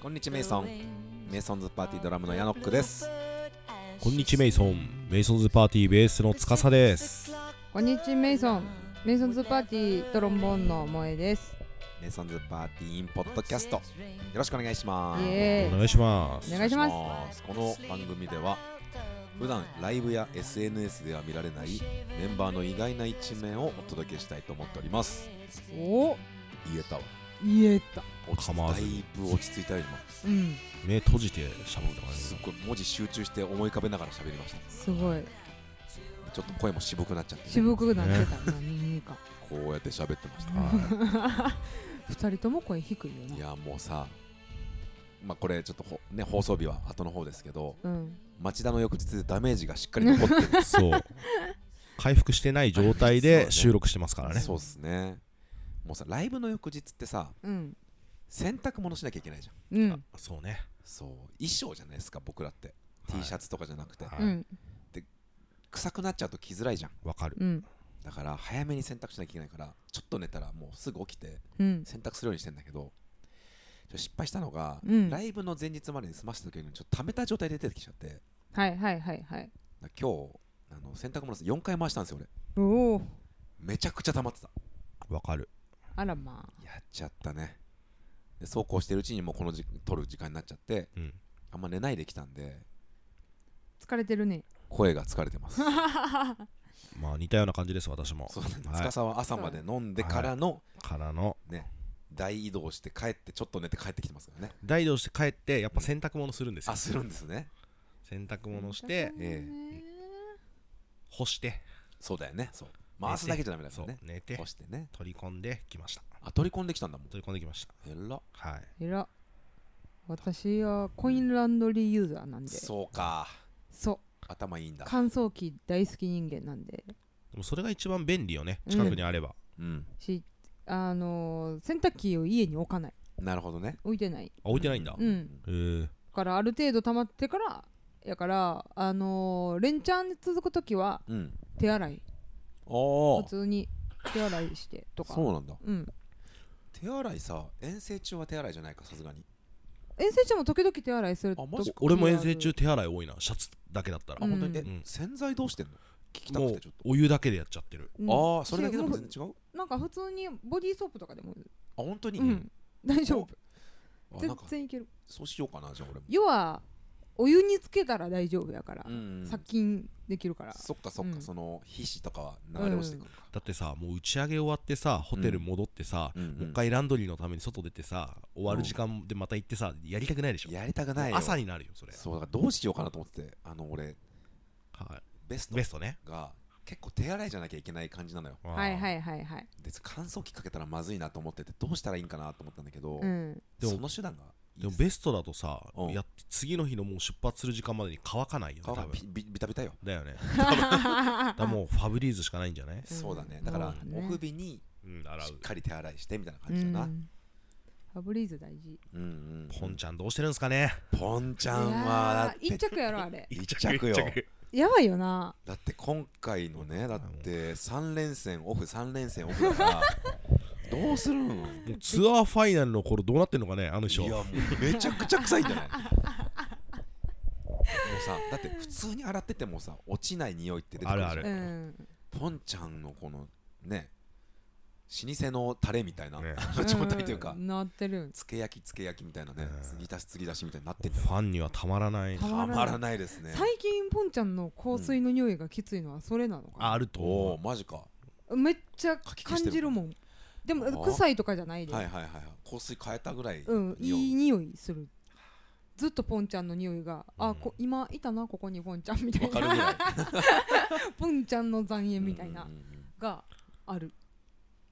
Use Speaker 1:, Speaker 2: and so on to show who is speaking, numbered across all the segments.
Speaker 1: こんにちはメイソンメイソンズパーティードラムのヤノックです
Speaker 2: こんにちメイソンメイソンズパーティーベースの司です
Speaker 3: こんにちはメイソンメイソンズパーティードロンボーンの萌えです
Speaker 1: メイソンズパーティーインポッドキャストよろしくお願いします
Speaker 3: イ
Speaker 2: お
Speaker 3: エー
Speaker 2: 願いします
Speaker 3: お願いします
Speaker 1: すこの番組では普段ライブや SNS では見られないメンバーの意外な一面をお届けしたいと思っております
Speaker 3: イお
Speaker 1: 言えたわ
Speaker 3: 言えた
Speaker 1: 落ち
Speaker 2: 構わ
Speaker 1: だ
Speaker 2: ず
Speaker 1: いぶ落ち着いたよ今
Speaker 3: うん
Speaker 2: 目閉じて喋ってます
Speaker 1: すっ
Speaker 2: ね
Speaker 1: ごい文字集中して思い浮かべながら喋りました
Speaker 3: すごい
Speaker 1: ちょっと声も渋くなっちゃってね、
Speaker 3: 渋くなってた何か
Speaker 1: こうやって喋ってました
Speaker 2: は
Speaker 3: 二人とも声低いよ
Speaker 1: い
Speaker 3: な
Speaker 1: やもうさまあこれちょっとほね放送日は後の方ですけど
Speaker 3: うん
Speaker 1: 町田の翌日でダメージがしっかり残ってる
Speaker 2: いそう回復してない状態
Speaker 1: そう
Speaker 2: で
Speaker 1: ね
Speaker 2: 収録してます からね
Speaker 1: そうっすねもうさライブの翌日ってさ
Speaker 3: うん
Speaker 1: 洗濯物しなきゃいけないじゃん
Speaker 3: うん
Speaker 2: そうね
Speaker 1: そう衣装じゃないですか僕らって、
Speaker 2: はい
Speaker 1: T シャツとかじゃなくて
Speaker 2: は
Speaker 3: う
Speaker 2: い
Speaker 3: ん
Speaker 1: 臭くなっちゃうと着づらいじゃん
Speaker 2: わかる
Speaker 3: うん
Speaker 1: だから早めに洗濯しなきゃいけないからちょっと寝たらもうすぐ起きて
Speaker 3: うん
Speaker 1: 洗濯するようにしてんだけどちょっと失敗したのが、
Speaker 3: うん
Speaker 1: ライブの前日までに済ませた時にちょっと溜めた状態で出てきちゃってだか
Speaker 3: はいはいはいはい
Speaker 1: ら今日あの洗濯物4回回したんですよ俺
Speaker 3: おお
Speaker 1: めちゃくちゃ溜まってた
Speaker 2: わかる
Speaker 3: あらまあ
Speaker 1: やっちゃったねでそうこうしてるうちにもうこのじ撮る時間になっちゃって
Speaker 2: うん
Speaker 1: あんま寝ないできたんで
Speaker 3: 疲れてるね
Speaker 1: 声が疲れ てます
Speaker 2: まあ似たような感じです私も
Speaker 1: そうなんです
Speaker 2: はい
Speaker 1: 司は朝まで飲んでからの
Speaker 2: からの
Speaker 1: ね大移動して帰ってちょっと寝て帰ってきてますからね
Speaker 2: 大移動して帰ってやっぱ洗濯物するんですよ
Speaker 1: あするんですね
Speaker 2: 洗濯物して
Speaker 1: え
Speaker 2: 干して
Speaker 1: そうだよねそう回すだけじゃダメだか
Speaker 2: そ
Speaker 1: ら
Speaker 2: う
Speaker 1: ね
Speaker 2: 寝て
Speaker 1: こうしてね
Speaker 2: 取り込んできました
Speaker 1: あ取り込んできたんだもん
Speaker 2: 取り込んできました
Speaker 1: えら
Speaker 2: はい
Speaker 3: えら私はコインランドリーユーザーなんで
Speaker 1: そうか
Speaker 3: そう
Speaker 1: 頭いいんだ
Speaker 3: 乾燥機大好き人間なんで
Speaker 2: でもそれが一番便利よね
Speaker 3: うん
Speaker 2: 近くにあれば、
Speaker 1: うん
Speaker 3: しあのー洗濯機を家に置かない
Speaker 1: なるほどね
Speaker 3: 置いてない
Speaker 2: あ置いてないんだ、
Speaker 3: うん
Speaker 2: へえ
Speaker 3: だからある程度溜まってからやからあのー、連チャン続く時は
Speaker 1: うん
Speaker 3: 手洗い
Speaker 1: お
Speaker 3: 普
Speaker 1: お
Speaker 3: 通に手洗いしてとか
Speaker 1: そうなんだ
Speaker 3: うん
Speaker 1: 手洗いさ遠征中は手洗いじゃないかさすがに
Speaker 3: 遠征中も時々手洗いする
Speaker 1: あマジ
Speaker 3: 時
Speaker 1: か
Speaker 2: 俺も遠征中手洗い多いなシャツだけだったら
Speaker 1: あ、
Speaker 3: うん
Speaker 1: 本当にえ、
Speaker 2: うん
Speaker 1: 洗剤どうしてんの聞きたく
Speaker 2: も
Speaker 1: て
Speaker 2: う
Speaker 1: ちょっと、
Speaker 2: お湯だけでやっちゃってる
Speaker 3: うん
Speaker 1: ああそれだけでも全然違うあ
Speaker 3: なんか普通にボディーソープとかでも
Speaker 1: 本当に、
Speaker 3: うん大丈夫
Speaker 1: あな
Speaker 3: 全
Speaker 1: んか
Speaker 3: 然いける
Speaker 1: そうしようかなじゃあ俺も、
Speaker 3: 要はお湯につけたら大丈夫やから、
Speaker 1: ん
Speaker 3: 殺菌できるから
Speaker 1: そっかそっか、
Speaker 3: うん
Speaker 1: その皮脂とかは流れ落ちてくるか、
Speaker 2: だってさもう打ち上げ終わってさホテル戻ってさ、
Speaker 1: うんうん
Speaker 2: もう一回ランドリーのために外出てさ終わる時間でまた行ってさやりたくないでしょ
Speaker 1: やりたくないよ
Speaker 2: 朝になるよそれ
Speaker 1: そうだからどうしようかなと思っててあの俺
Speaker 2: は
Speaker 1: ベス
Speaker 2: いベ
Speaker 1: ト
Speaker 2: ストね
Speaker 1: が結構手洗いじゃなきゃいけない感じなのよ
Speaker 3: はいはいいはいはい
Speaker 1: で乾燥機かけたらまずいなと思っててどうしたらいいんかなと思ったんだけど、
Speaker 3: うん
Speaker 2: でも
Speaker 1: その手段がいい
Speaker 2: で
Speaker 1: で
Speaker 2: も
Speaker 1: す
Speaker 2: ベストだとさ、
Speaker 1: うん
Speaker 2: やっ次の日のもう出発する時間までに乾かないよね
Speaker 1: 顔
Speaker 2: 多
Speaker 1: が
Speaker 2: 分
Speaker 1: ビビビタビタよ、
Speaker 2: だ よねだからもうファブリーズしかないんじゃない、
Speaker 3: うん
Speaker 1: そうだねだから、
Speaker 3: そうだね
Speaker 1: お首に
Speaker 2: うん、洗
Speaker 1: し
Speaker 2: う
Speaker 1: っかり手洗いしてみたいな
Speaker 3: う
Speaker 1: 感じだな、うん
Speaker 3: んファブリーズ大事
Speaker 1: うんうん、
Speaker 2: ポンちゃんどうしてるんですかね
Speaker 1: ポンちゃんは
Speaker 3: い
Speaker 1: だ
Speaker 3: や
Speaker 1: っ
Speaker 3: ー一
Speaker 1: て
Speaker 3: 着やろあれ
Speaker 1: 一 着よ
Speaker 3: やばいよな
Speaker 1: だって今回のねだって3連戦オフ3連戦オフだ からどうするの
Speaker 2: もうツアーファイナルの頃どうなってんのかねあの
Speaker 1: いや
Speaker 2: 人
Speaker 1: もうめちゃくちゃ臭いんじゃ ないもうさだって普通に洗っててもさ落ちない匂いって出てくるじゃん
Speaker 2: あるあ
Speaker 3: う
Speaker 2: る
Speaker 3: ん
Speaker 1: ポンちゃんのこのね老舗のタレみたいな、
Speaker 2: ね
Speaker 1: あの状態というか、
Speaker 3: なってるん
Speaker 1: つけ焼きつけ焼きみたいなね、
Speaker 2: うん
Speaker 1: 継ぎ足し継ぎ足しみたいになってんだ
Speaker 2: フ
Speaker 1: よ
Speaker 2: ァンにはたまらない
Speaker 3: た
Speaker 1: た
Speaker 3: まらない
Speaker 1: まらないですね
Speaker 3: 最近ポンちゃんの香水の匂いがきついのはそれなのか
Speaker 2: あると
Speaker 1: お
Speaker 2: 思
Speaker 1: おマジか
Speaker 3: な、めっちゃ
Speaker 1: かき消
Speaker 3: 感
Speaker 1: してる
Speaker 3: じるもんで
Speaker 1: あー
Speaker 3: も臭いとかじゃないで、
Speaker 1: はいはいはいはい香水変えたぐらい
Speaker 3: うん
Speaker 1: 匂
Speaker 3: いい匂いするずっとポンちゃんの匂いが、
Speaker 2: う
Speaker 3: あ
Speaker 2: ん
Speaker 3: こ今いたなここにポンちゃんみた
Speaker 1: わ
Speaker 3: い
Speaker 1: かる
Speaker 3: な
Speaker 1: ぐらい
Speaker 3: ポンちゃんの残影みたいな、
Speaker 1: うんうんうん
Speaker 3: がある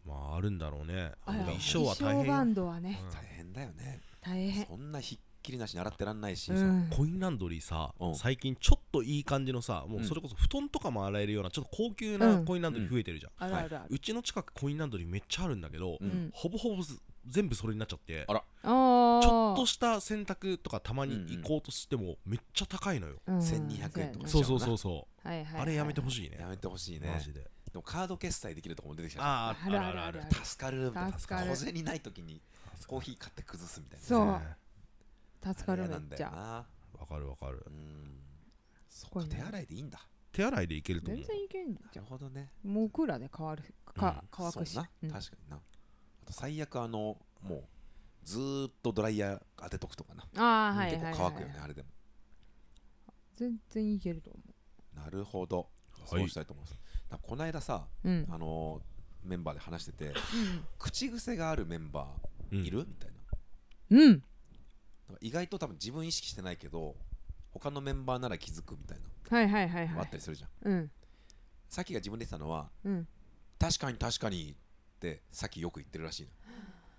Speaker 2: うまああるんだろうね
Speaker 3: あ
Speaker 2: でも
Speaker 3: ら
Speaker 2: 衣装は大変
Speaker 3: 衣装バ
Speaker 2: よ
Speaker 3: ンドはね
Speaker 2: うん
Speaker 1: 大変だよね
Speaker 3: 大変
Speaker 1: そんなひっきりなしに洗ってらんないしさ、
Speaker 3: うん
Speaker 2: コインランドリーさ
Speaker 1: うん
Speaker 2: 最近ちょっといい感じのさもうそれこそ布団とかも洗えるようなちょっと高級な
Speaker 3: うん
Speaker 2: コインランドリー増えてるじゃん
Speaker 3: あるあるある、
Speaker 2: うちの近くコインランドリーめっちゃあるんだけど
Speaker 1: うん
Speaker 3: うん
Speaker 2: ほぼほぼず全部それになっちゃって
Speaker 1: あ
Speaker 3: ああ
Speaker 2: ちょっとした洗濯とかたまに行こうとしてもめっちゃ高いのよ
Speaker 3: うん
Speaker 1: 1200円とか
Speaker 2: そうそうそうそう
Speaker 3: はいはいはい
Speaker 2: あれやめてほしいね
Speaker 1: やめてほしいね
Speaker 2: マジで
Speaker 1: でもカード決済できるとこも出てきちゃっ
Speaker 2: あー
Speaker 3: あるあるある
Speaker 1: た助かるみたいな
Speaker 3: 助かる
Speaker 1: 小銭ない時にコーヒー買って崩すみたいな
Speaker 3: そう
Speaker 2: ね
Speaker 3: 助かる
Speaker 1: あれ
Speaker 3: め
Speaker 1: な
Speaker 3: っ
Speaker 1: んだ
Speaker 3: ち
Speaker 1: よ
Speaker 3: ゃ
Speaker 1: な
Speaker 2: わかるわかる
Speaker 1: うんそ
Speaker 3: こ
Speaker 1: っ
Speaker 3: れ
Speaker 1: か
Speaker 3: ね
Speaker 1: 手洗いでいいんだ
Speaker 2: 手洗いでいけると思
Speaker 3: 全
Speaker 2: う
Speaker 3: 然いけん
Speaker 1: なるほどね
Speaker 3: もうクーラーで変わるか
Speaker 2: うん
Speaker 3: 乾くし
Speaker 1: そうな、
Speaker 3: うん
Speaker 1: 確かになあと最悪あのもうずーっとドライヤー当てとくとかな
Speaker 3: ああはいはい
Speaker 1: 結
Speaker 3: はい
Speaker 1: 構
Speaker 3: はい
Speaker 1: 乾くよねあれでも
Speaker 3: 全然いけると思
Speaker 1: なるほど
Speaker 2: はい
Speaker 1: そうしたいと思いますなんかこの間さ
Speaker 3: ううん
Speaker 1: あのーメンバーで話してて口癖があるメンバ
Speaker 2: う
Speaker 1: ー
Speaker 2: ん
Speaker 1: いるみたいな
Speaker 3: うん
Speaker 1: なんか意外と多分自分意識してないけど他のメンバーなら気づくみたい
Speaker 3: はいはいはい
Speaker 1: なの
Speaker 3: は
Speaker 1: あっ
Speaker 3: い
Speaker 1: たりするじゃん
Speaker 3: うん
Speaker 1: さっきが自分で言ってたのは
Speaker 3: うん
Speaker 1: 確かに確かにってさっきよく言ってるらしいの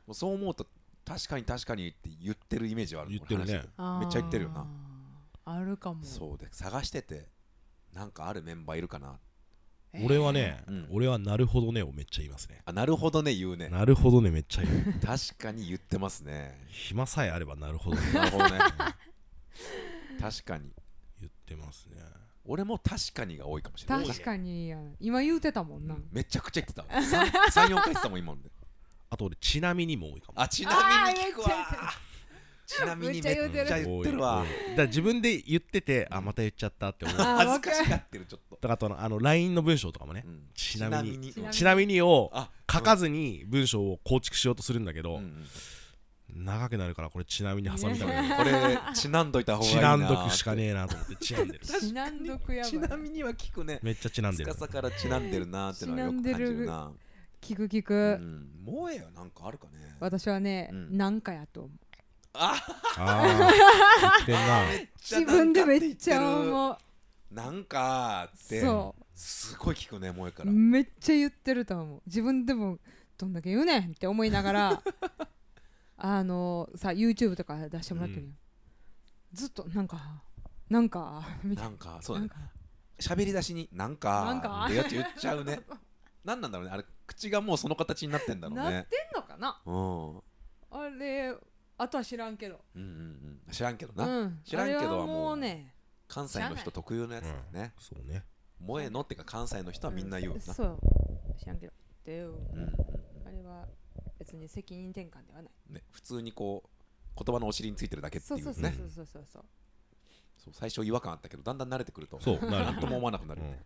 Speaker 1: もうそう思うと確かに確かにって言ってるイメージはあるの
Speaker 2: 言ってるね
Speaker 1: 俺話しててめっちゃ言ってるよな
Speaker 3: あーあるかも
Speaker 1: そうで探しててなんかあるメンバーいるかな
Speaker 3: えー
Speaker 2: 俺はね、
Speaker 1: うん
Speaker 2: 俺はなるほどねをめっちゃ言いますね
Speaker 1: あなるほどね言うね
Speaker 2: なるほどねめっちゃ言 う
Speaker 1: 確かに言ってますね
Speaker 2: 暇さえあればなるほど ね
Speaker 1: なるほどね確かに
Speaker 2: 言ってますね
Speaker 1: 俺も確かにが多いかもしれない
Speaker 3: 確かにや今言うてたもんな
Speaker 1: めちゃくちゃ言っ てた34回言ってたもん今ので
Speaker 2: あと俺ちなみにも多いかも
Speaker 1: あちなみに聞くわ
Speaker 3: あ
Speaker 1: ちなみにめ
Speaker 3: めっちゃ
Speaker 1: っ
Speaker 3: 言うてる
Speaker 1: ちゃ言ってるわ
Speaker 2: 多い多いだから自分で言っててあまた言っちゃったって思 うと
Speaker 3: あ
Speaker 1: 恥ず
Speaker 3: わか
Speaker 1: か
Speaker 3: る
Speaker 1: しがってるちょっと
Speaker 2: かあとあのあの LINE の文章とかもね、
Speaker 1: うん
Speaker 2: ちなみに
Speaker 1: ちなみ
Speaker 2: ちなみにを
Speaker 1: あ
Speaker 2: 書かずに文章を構築しようとするんだけ
Speaker 1: うん
Speaker 2: ど、
Speaker 1: うん
Speaker 2: 長くなるからこれちなみに挟みた くなる
Speaker 1: これちなんどいた方がいい
Speaker 2: ち
Speaker 1: な
Speaker 2: な
Speaker 1: ー
Speaker 2: ん
Speaker 1: って
Speaker 2: どくしかねえなと思ってちなんでる
Speaker 3: ちなんどくやばい
Speaker 1: ちなみには聞くね
Speaker 2: めっちゃちなんで
Speaker 1: つ
Speaker 2: る
Speaker 1: かさからちなんでるなーってのはよく感じるな
Speaker 3: 聞く聞
Speaker 1: う
Speaker 3: く
Speaker 1: ん萌えはなんかあるかね
Speaker 3: 私はね
Speaker 1: うん
Speaker 3: なんかやと思う
Speaker 1: あ
Speaker 2: ああ言って んな
Speaker 3: 自分でめっちゃ
Speaker 1: う
Speaker 3: 思う
Speaker 1: なんかーって
Speaker 3: そ
Speaker 1: すごい聞くね萌えか
Speaker 3: う
Speaker 1: ら
Speaker 3: めっちゃ言ってると思う自分でもどんだけ言うねんって思いな がらあのさ YouTube とか出してもらってるよ、ずっとなんかなんかみたい
Speaker 1: なんかそう
Speaker 3: な
Speaker 1: だ
Speaker 3: な
Speaker 1: ね
Speaker 3: んか
Speaker 1: 喋り出しになん
Speaker 3: な
Speaker 1: か
Speaker 3: んか
Speaker 1: ってやつ言っちゃうね なんなんだろうねあれ口がもうその形になってんだろう
Speaker 3: なっ
Speaker 1: ね
Speaker 3: てんのかな
Speaker 1: うんうん
Speaker 3: あれあとは知らんけど
Speaker 1: うんうん知らんけどな
Speaker 3: うん
Speaker 1: 知らんけどは
Speaker 3: あれ
Speaker 1: もう
Speaker 3: もうね
Speaker 1: 関西の人特有のやつだよね
Speaker 2: そうね
Speaker 1: 萌えのってか関西の人はみんな言うよな
Speaker 3: そう知らんけどで
Speaker 1: うんうん
Speaker 3: あれは別に責任転換ではない
Speaker 1: うんね普通にこう言葉のお尻についてるだけって
Speaker 3: そう
Speaker 1: い
Speaker 3: そう
Speaker 1: う
Speaker 3: そうそ
Speaker 1: ね
Speaker 3: うそうそうそう
Speaker 1: そう最初違和感あったけどだんだん慣れてくると
Speaker 2: そうなる
Speaker 1: なんとも思わなくなる
Speaker 2: う
Speaker 1: よ
Speaker 2: ん
Speaker 1: ね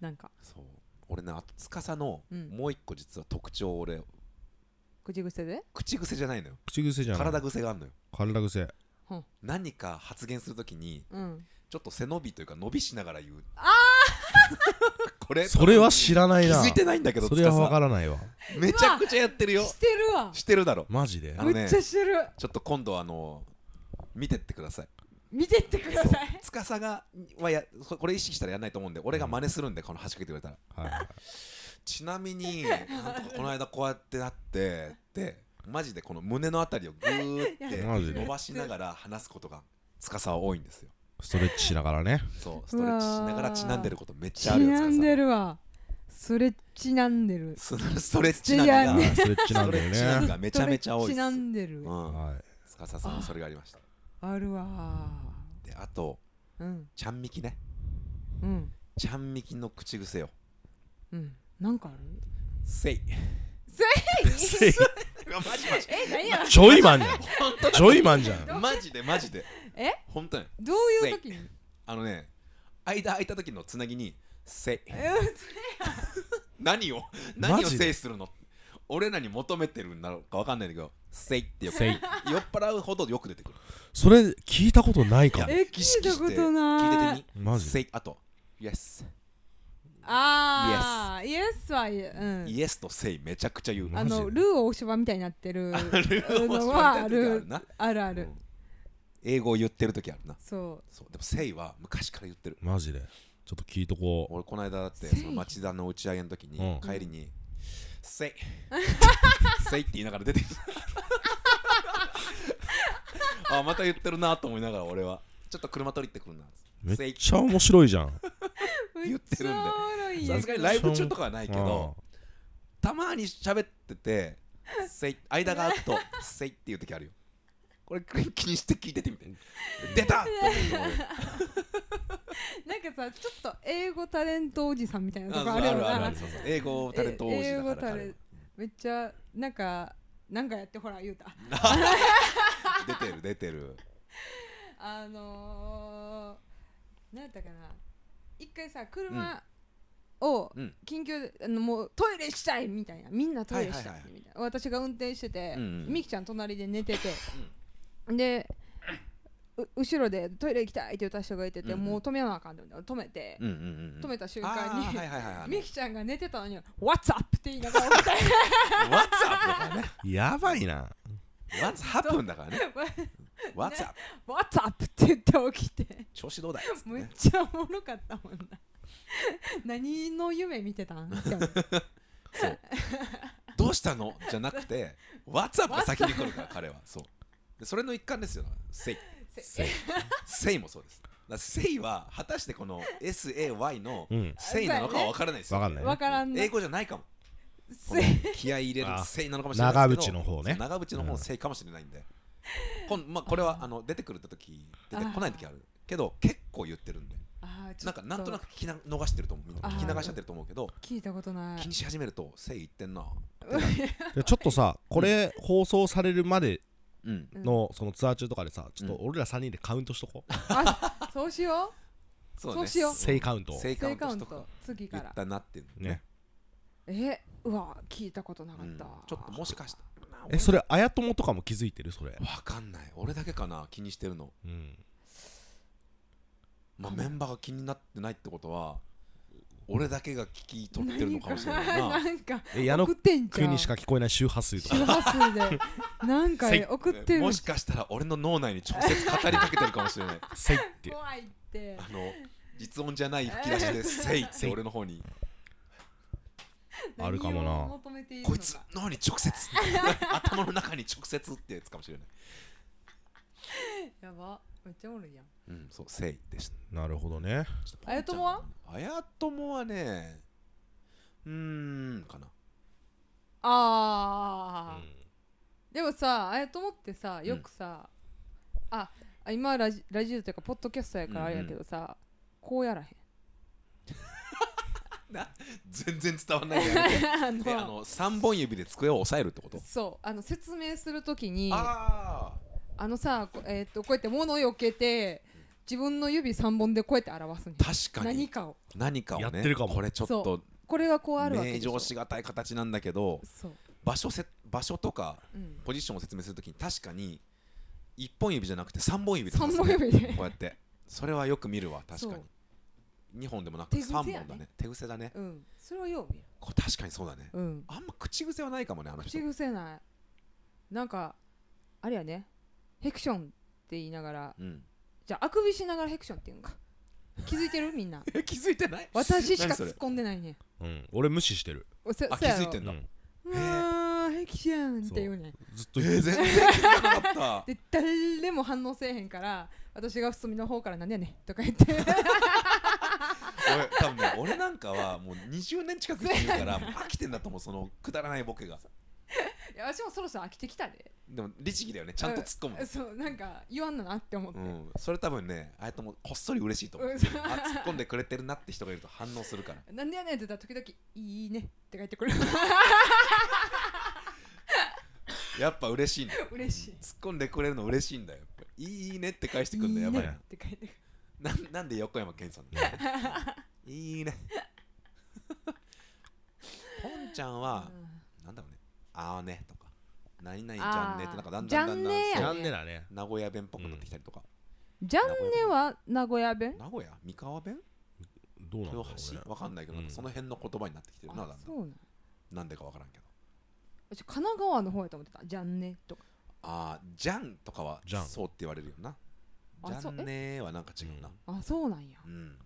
Speaker 3: なんか
Speaker 1: そう俺ねあと司の
Speaker 3: うん
Speaker 1: もう一個実は特徴俺
Speaker 3: 口癖で
Speaker 1: 口癖じゃないのよ
Speaker 2: 口癖じゃん
Speaker 1: 体癖があるのよ
Speaker 2: 体癖
Speaker 1: 何か発言するときに
Speaker 3: うん
Speaker 1: ちょっと背伸びというか伸びしながら言うあ これ
Speaker 2: それは知らない
Speaker 1: 気
Speaker 2: な
Speaker 1: づいてないんだけど
Speaker 2: それは
Speaker 1: 司
Speaker 2: わからないわ
Speaker 1: めちゃくちゃやってるよ
Speaker 3: してるわ
Speaker 1: してるだろ
Speaker 2: マジで
Speaker 1: あのね
Speaker 3: めっちゃしてる
Speaker 1: ちょっと今度あの見てってください
Speaker 3: 見てってください
Speaker 1: 司がはやここれ意識したらやんないと思うんで俺が真似するんでこの端かけてくれたら
Speaker 2: は
Speaker 1: ちなみになんとかこの間こうやってなってってマジでこの胸のあたりをグーっ
Speaker 2: い マジ
Speaker 1: て伸
Speaker 2: で
Speaker 1: ばしながら話すことが司は多いんですよ
Speaker 2: ストレッチしながらね
Speaker 1: そうストレッチしながらちなんでることめっち
Speaker 3: ち
Speaker 1: ゃあるよ
Speaker 3: なんで
Speaker 1: 司
Speaker 3: るわそれちなんでる
Speaker 1: ス ストレッチなん
Speaker 2: あ
Speaker 1: だ
Speaker 2: ーストレッチなんだ
Speaker 1: ス
Speaker 2: よ
Speaker 1: トレッチ
Speaker 2: ね
Speaker 1: がめちゃめちゃ多いっす
Speaker 3: ちなんでる
Speaker 1: うん
Speaker 2: は
Speaker 1: 司さんはそれがありました
Speaker 3: あるわ
Speaker 1: であと
Speaker 3: うん
Speaker 1: ちゃんみきね
Speaker 3: うん
Speaker 1: ちゃんみきの口癖よ
Speaker 3: うんなんかある
Speaker 1: せい
Speaker 2: せい
Speaker 1: マジマジ
Speaker 3: え何や
Speaker 2: ジョイマンじゃんジョイマンじゃん
Speaker 1: マジでマジで
Speaker 3: え
Speaker 1: 本当に
Speaker 3: どういう時に
Speaker 1: あのね間空いた時のつなぎに「せい
Speaker 3: え
Speaker 1: 何を
Speaker 2: マ
Speaker 1: 何を
Speaker 2: ジで
Speaker 1: せいするの俺らに求めてるんだろうかわかんないんだけど「せい」ってよく
Speaker 2: せ
Speaker 1: 酔
Speaker 2: い
Speaker 1: っ払うほどよく出てくる
Speaker 2: それ聞いたことないかも
Speaker 3: え聞いたこと
Speaker 1: 聞
Speaker 3: ないい
Speaker 1: ててみ
Speaker 2: マジ
Speaker 1: せいあと「イエス」
Speaker 3: ああイエスはうん
Speaker 1: イエスと「せい」めちゃくちゃ言う
Speaker 3: あ
Speaker 2: マジ
Speaker 3: のルー大芝みたいになってる
Speaker 1: ルーを
Speaker 3: の
Speaker 1: 教
Speaker 3: は
Speaker 1: え
Speaker 3: あ
Speaker 1: てる時あ
Speaker 3: る
Speaker 1: るな
Speaker 3: あるあ
Speaker 1: う
Speaker 3: る
Speaker 1: ん英語を言ってる時あるな
Speaker 3: そう
Speaker 1: そうでも「せい」は昔から言ってる
Speaker 2: マジでちょっと聞いとこ
Speaker 1: 俺この間だって
Speaker 3: せい
Speaker 1: その町田の打ち上げの時
Speaker 2: う
Speaker 1: に
Speaker 2: ん
Speaker 1: 帰りに「せい」「 せい」って言いながら出てき たあまた言ってるなと思いながら俺はちょっと車取り行ってくるな
Speaker 2: うめ
Speaker 1: せい
Speaker 2: っちゃ面白いじゃん
Speaker 1: 言ってるんで
Speaker 3: めっちゃおもろいよ
Speaker 1: さすがにライブ中とかはないけどたまに喋ってて「せい」間があると「せい」って言う時あるよこれ気にして聞いててみて出たって思う
Speaker 3: なんかさちょっと英語タレントおじさんみたいな
Speaker 1: あ
Speaker 3: と
Speaker 1: そうあ
Speaker 3: こ ある
Speaker 1: る
Speaker 3: よ
Speaker 1: あるあ
Speaker 3: な
Speaker 1: るそうそう英語タレント王子だ
Speaker 3: え英語
Speaker 1: から
Speaker 3: タ
Speaker 1: 彼
Speaker 3: レめっちゃなんかなんかやってほら言うた
Speaker 1: 出てる出てる
Speaker 3: あのー、何やったかな一回さ車を
Speaker 1: うん
Speaker 3: 緊急で、あのもうトイレしたいみたいなみんなトイレしたい
Speaker 1: はいはいはい
Speaker 3: みたいな私が運転してて、
Speaker 1: うんうん
Speaker 3: みきちゃん隣で寝てて、でう後ろでトイレ行きたいって言った人がいてて、
Speaker 1: うんうん
Speaker 3: もう止めなあかんって止めて、
Speaker 1: うんうんうんうん
Speaker 3: 止めた瞬間
Speaker 1: あー
Speaker 3: に、
Speaker 1: はいはいはい はい
Speaker 3: みきちゃんが寝てたのに「What's up?」って言いながら 起きた
Speaker 1: What's up だからね
Speaker 2: やばいな
Speaker 1: What's happen だからね What's up
Speaker 3: What's up?」って言って起きて
Speaker 1: 調子どうだいっつって
Speaker 3: むっ
Speaker 1: ね
Speaker 3: ちゃおもろかったもんな 何の夢見てたんって 思う
Speaker 1: そうどうしたのじゃなくて What's up が先に来るから彼はそうでそれの一環ですよ Say
Speaker 2: せ
Speaker 1: Say もそうですだから Say は果たしてこの SAY の
Speaker 2: うん
Speaker 1: Say なのかは分からないですよ
Speaker 2: わかんない
Speaker 3: わからんな
Speaker 1: 英語じゃないかもこの
Speaker 3: せ
Speaker 1: 気合い入れる
Speaker 2: あー
Speaker 1: せいなのかもしれないですけど
Speaker 2: 長渕の方ね
Speaker 1: そう長渕の方のせいかもしれないんで、こんまあ、これはあの出てくる時出てこない時あるけど結構言ってるんで
Speaker 3: あーちょ
Speaker 1: なん
Speaker 3: っ
Speaker 1: かなんとなく聞きな逃してると思うみんな
Speaker 3: あー
Speaker 1: 聞き流しちゃってると思うけど
Speaker 3: 聞いたことない
Speaker 1: 気にし始めるとせい言ってんな
Speaker 2: でちょっとさこれ放送されるまで
Speaker 1: うん
Speaker 2: のそのツアー中とかでさちょっと俺ら3人でカウントしとこう
Speaker 3: あそうしよ
Speaker 1: そう
Speaker 3: そうしよう
Speaker 2: 正カウントを
Speaker 1: せ
Speaker 3: う
Speaker 1: いカウ
Speaker 3: 正
Speaker 1: ント
Speaker 3: カウ
Speaker 1: し
Speaker 3: ン
Speaker 1: とか
Speaker 3: ト次
Speaker 1: 言
Speaker 3: か
Speaker 1: っ
Speaker 3: ら
Speaker 1: たなっていうの
Speaker 2: ね
Speaker 3: えうわ聞いたことなか
Speaker 1: う
Speaker 3: っ
Speaker 1: ん
Speaker 3: た、
Speaker 1: ちょっともしかしたらな
Speaker 2: えそれあやともとかも気づいてるそれ
Speaker 1: 俺わかんない俺だけかな気にしてるの
Speaker 2: うん
Speaker 1: まあメンバーが気になってないってことは俺だけが聞き取ってるのかもしれないな
Speaker 3: 何かなんか
Speaker 2: え矢野
Speaker 3: 送ってんじゃん
Speaker 2: 君にしか聞こえない周波数とか
Speaker 3: 周波 数でなんかね送ってる
Speaker 1: もしかしたら俺の脳内に直接語りかけてるかもしれない
Speaker 2: せいって
Speaker 3: 怖いって
Speaker 1: あの実音じゃない吹き出しで「せい」って俺の方に
Speaker 2: あるかもな
Speaker 3: 何を求めてい
Speaker 1: 「
Speaker 3: るのか
Speaker 1: こいつ脳に直接」 頭の中に直接ってやつかもしれない
Speaker 3: やばめっちゃおるやん
Speaker 1: うんそう「せい」でした
Speaker 2: なるほどね
Speaker 1: ちょっとポンちゃんのあやともはねうーんかな
Speaker 3: あー、
Speaker 2: う
Speaker 3: でもさあやと思ってさよくさ、ああ今ラジラジオというかポッドキャストやからあれやけどさ、こうやらへん
Speaker 1: 全然伝わん ないんだよね
Speaker 3: あ
Speaker 1: であの3本指で机を押さえるってこと
Speaker 3: そうあの説明するときにあ
Speaker 1: あ
Speaker 3: のさこ,、えーっとこうやって物を避けて自分の指3本でこうやって表すねん
Speaker 1: あ確か
Speaker 3: 何
Speaker 1: に
Speaker 3: かを
Speaker 1: 何かをね
Speaker 2: やってるかも
Speaker 1: これちょっ
Speaker 3: そ
Speaker 1: と
Speaker 3: これがこうあるわけ
Speaker 1: 名
Speaker 3: でしょ
Speaker 1: 状しがたい形なんだけど
Speaker 3: そう、
Speaker 1: 場所せ場所とか
Speaker 3: うん、
Speaker 1: ポジションを説明するときに確かに1本指じゃなくて3本指で
Speaker 3: 3本指で
Speaker 1: こうやってそれはよく見るわ確か
Speaker 3: そう
Speaker 1: に2本でもなくて
Speaker 3: 手癖
Speaker 1: 3
Speaker 3: や
Speaker 1: 本
Speaker 3: ね
Speaker 1: だね手癖だね
Speaker 3: うんそれはよう見る
Speaker 1: これ確かにそうだね
Speaker 3: うん
Speaker 1: あんま口癖はないかもねあの人
Speaker 3: 口癖ないなんかあれやねヘクションって言いながら
Speaker 1: うん、
Speaker 3: じゃああくびしながらヘクションって言うんか気づいてるみんな
Speaker 1: 気づいてない
Speaker 3: 私しか
Speaker 1: 何そ
Speaker 3: 突
Speaker 1: れ
Speaker 3: っ込んでないね
Speaker 2: ん、うん、俺無視してる、
Speaker 3: おせ
Speaker 1: あ
Speaker 3: そやろ
Speaker 1: 気づいてん
Speaker 2: う
Speaker 1: だ、
Speaker 2: ん、
Speaker 3: うわーヘクションって言うね
Speaker 2: ずっ
Speaker 1: え
Speaker 2: と言
Speaker 1: ー、全
Speaker 2: ってる
Speaker 1: 然気づかなかった
Speaker 3: で誰も反応せえへんから私が隅の方からなんやねんとか言って
Speaker 1: 俺多分ね俺なんかはもう20年近く生きてるからもう飽きてんだと思うそのくだらないボケが
Speaker 3: いや私もそろそろ飽きてきたで
Speaker 1: でも律儀だよねちゃんと突っ込む
Speaker 3: そうなんか言わんのなって思って、
Speaker 1: うん、それ多分ねあやともこっそり嬉しいと思う、
Speaker 3: うん
Speaker 1: あ突っ込んでくれてるなって人がいると反応するから
Speaker 3: なんでやねんって言ったら時々「いいね」って書い てくる
Speaker 1: やっぱ嬉しいんだよ
Speaker 3: 嬉しい
Speaker 1: 突っ込んでくれるの嬉しいんだよやっぱいいねって返してくるの
Speaker 3: い
Speaker 1: や
Speaker 3: い
Speaker 1: ば
Speaker 3: ね
Speaker 1: いな
Speaker 3: って書いてくる
Speaker 1: ななんで横山健さん なのいいねポンちゃんは
Speaker 3: うん
Speaker 1: なんだろうねあーねとか何々じゃんねってなんかだん
Speaker 3: じゃ
Speaker 1: だんだん
Speaker 3: ん
Speaker 1: だ
Speaker 3: ね
Speaker 1: ん
Speaker 3: や
Speaker 1: そ
Speaker 2: な
Speaker 1: うん
Speaker 2: でだね
Speaker 1: 名古屋弁っぽくなってきたりとか、
Speaker 3: ジャンネは名古屋弁
Speaker 1: 名古屋三河弁
Speaker 2: どうなんだろ
Speaker 1: 豊
Speaker 2: うね
Speaker 1: 橋わかんないけど、なんかその辺の言葉になってきてるなだんだ
Speaker 3: あ
Speaker 1: ん
Speaker 3: そうなん
Speaker 1: なんでかわからんけど
Speaker 3: 私神奈川の方やと思ってたジャンネとか
Speaker 1: あーじゃんとかは
Speaker 2: じゃん
Speaker 1: そうって言われるよな
Speaker 3: あ
Speaker 1: じ
Speaker 3: そ
Speaker 1: ゃ
Speaker 3: うん
Speaker 1: ねーはなんか違うな
Speaker 3: あそうなんや
Speaker 1: うん、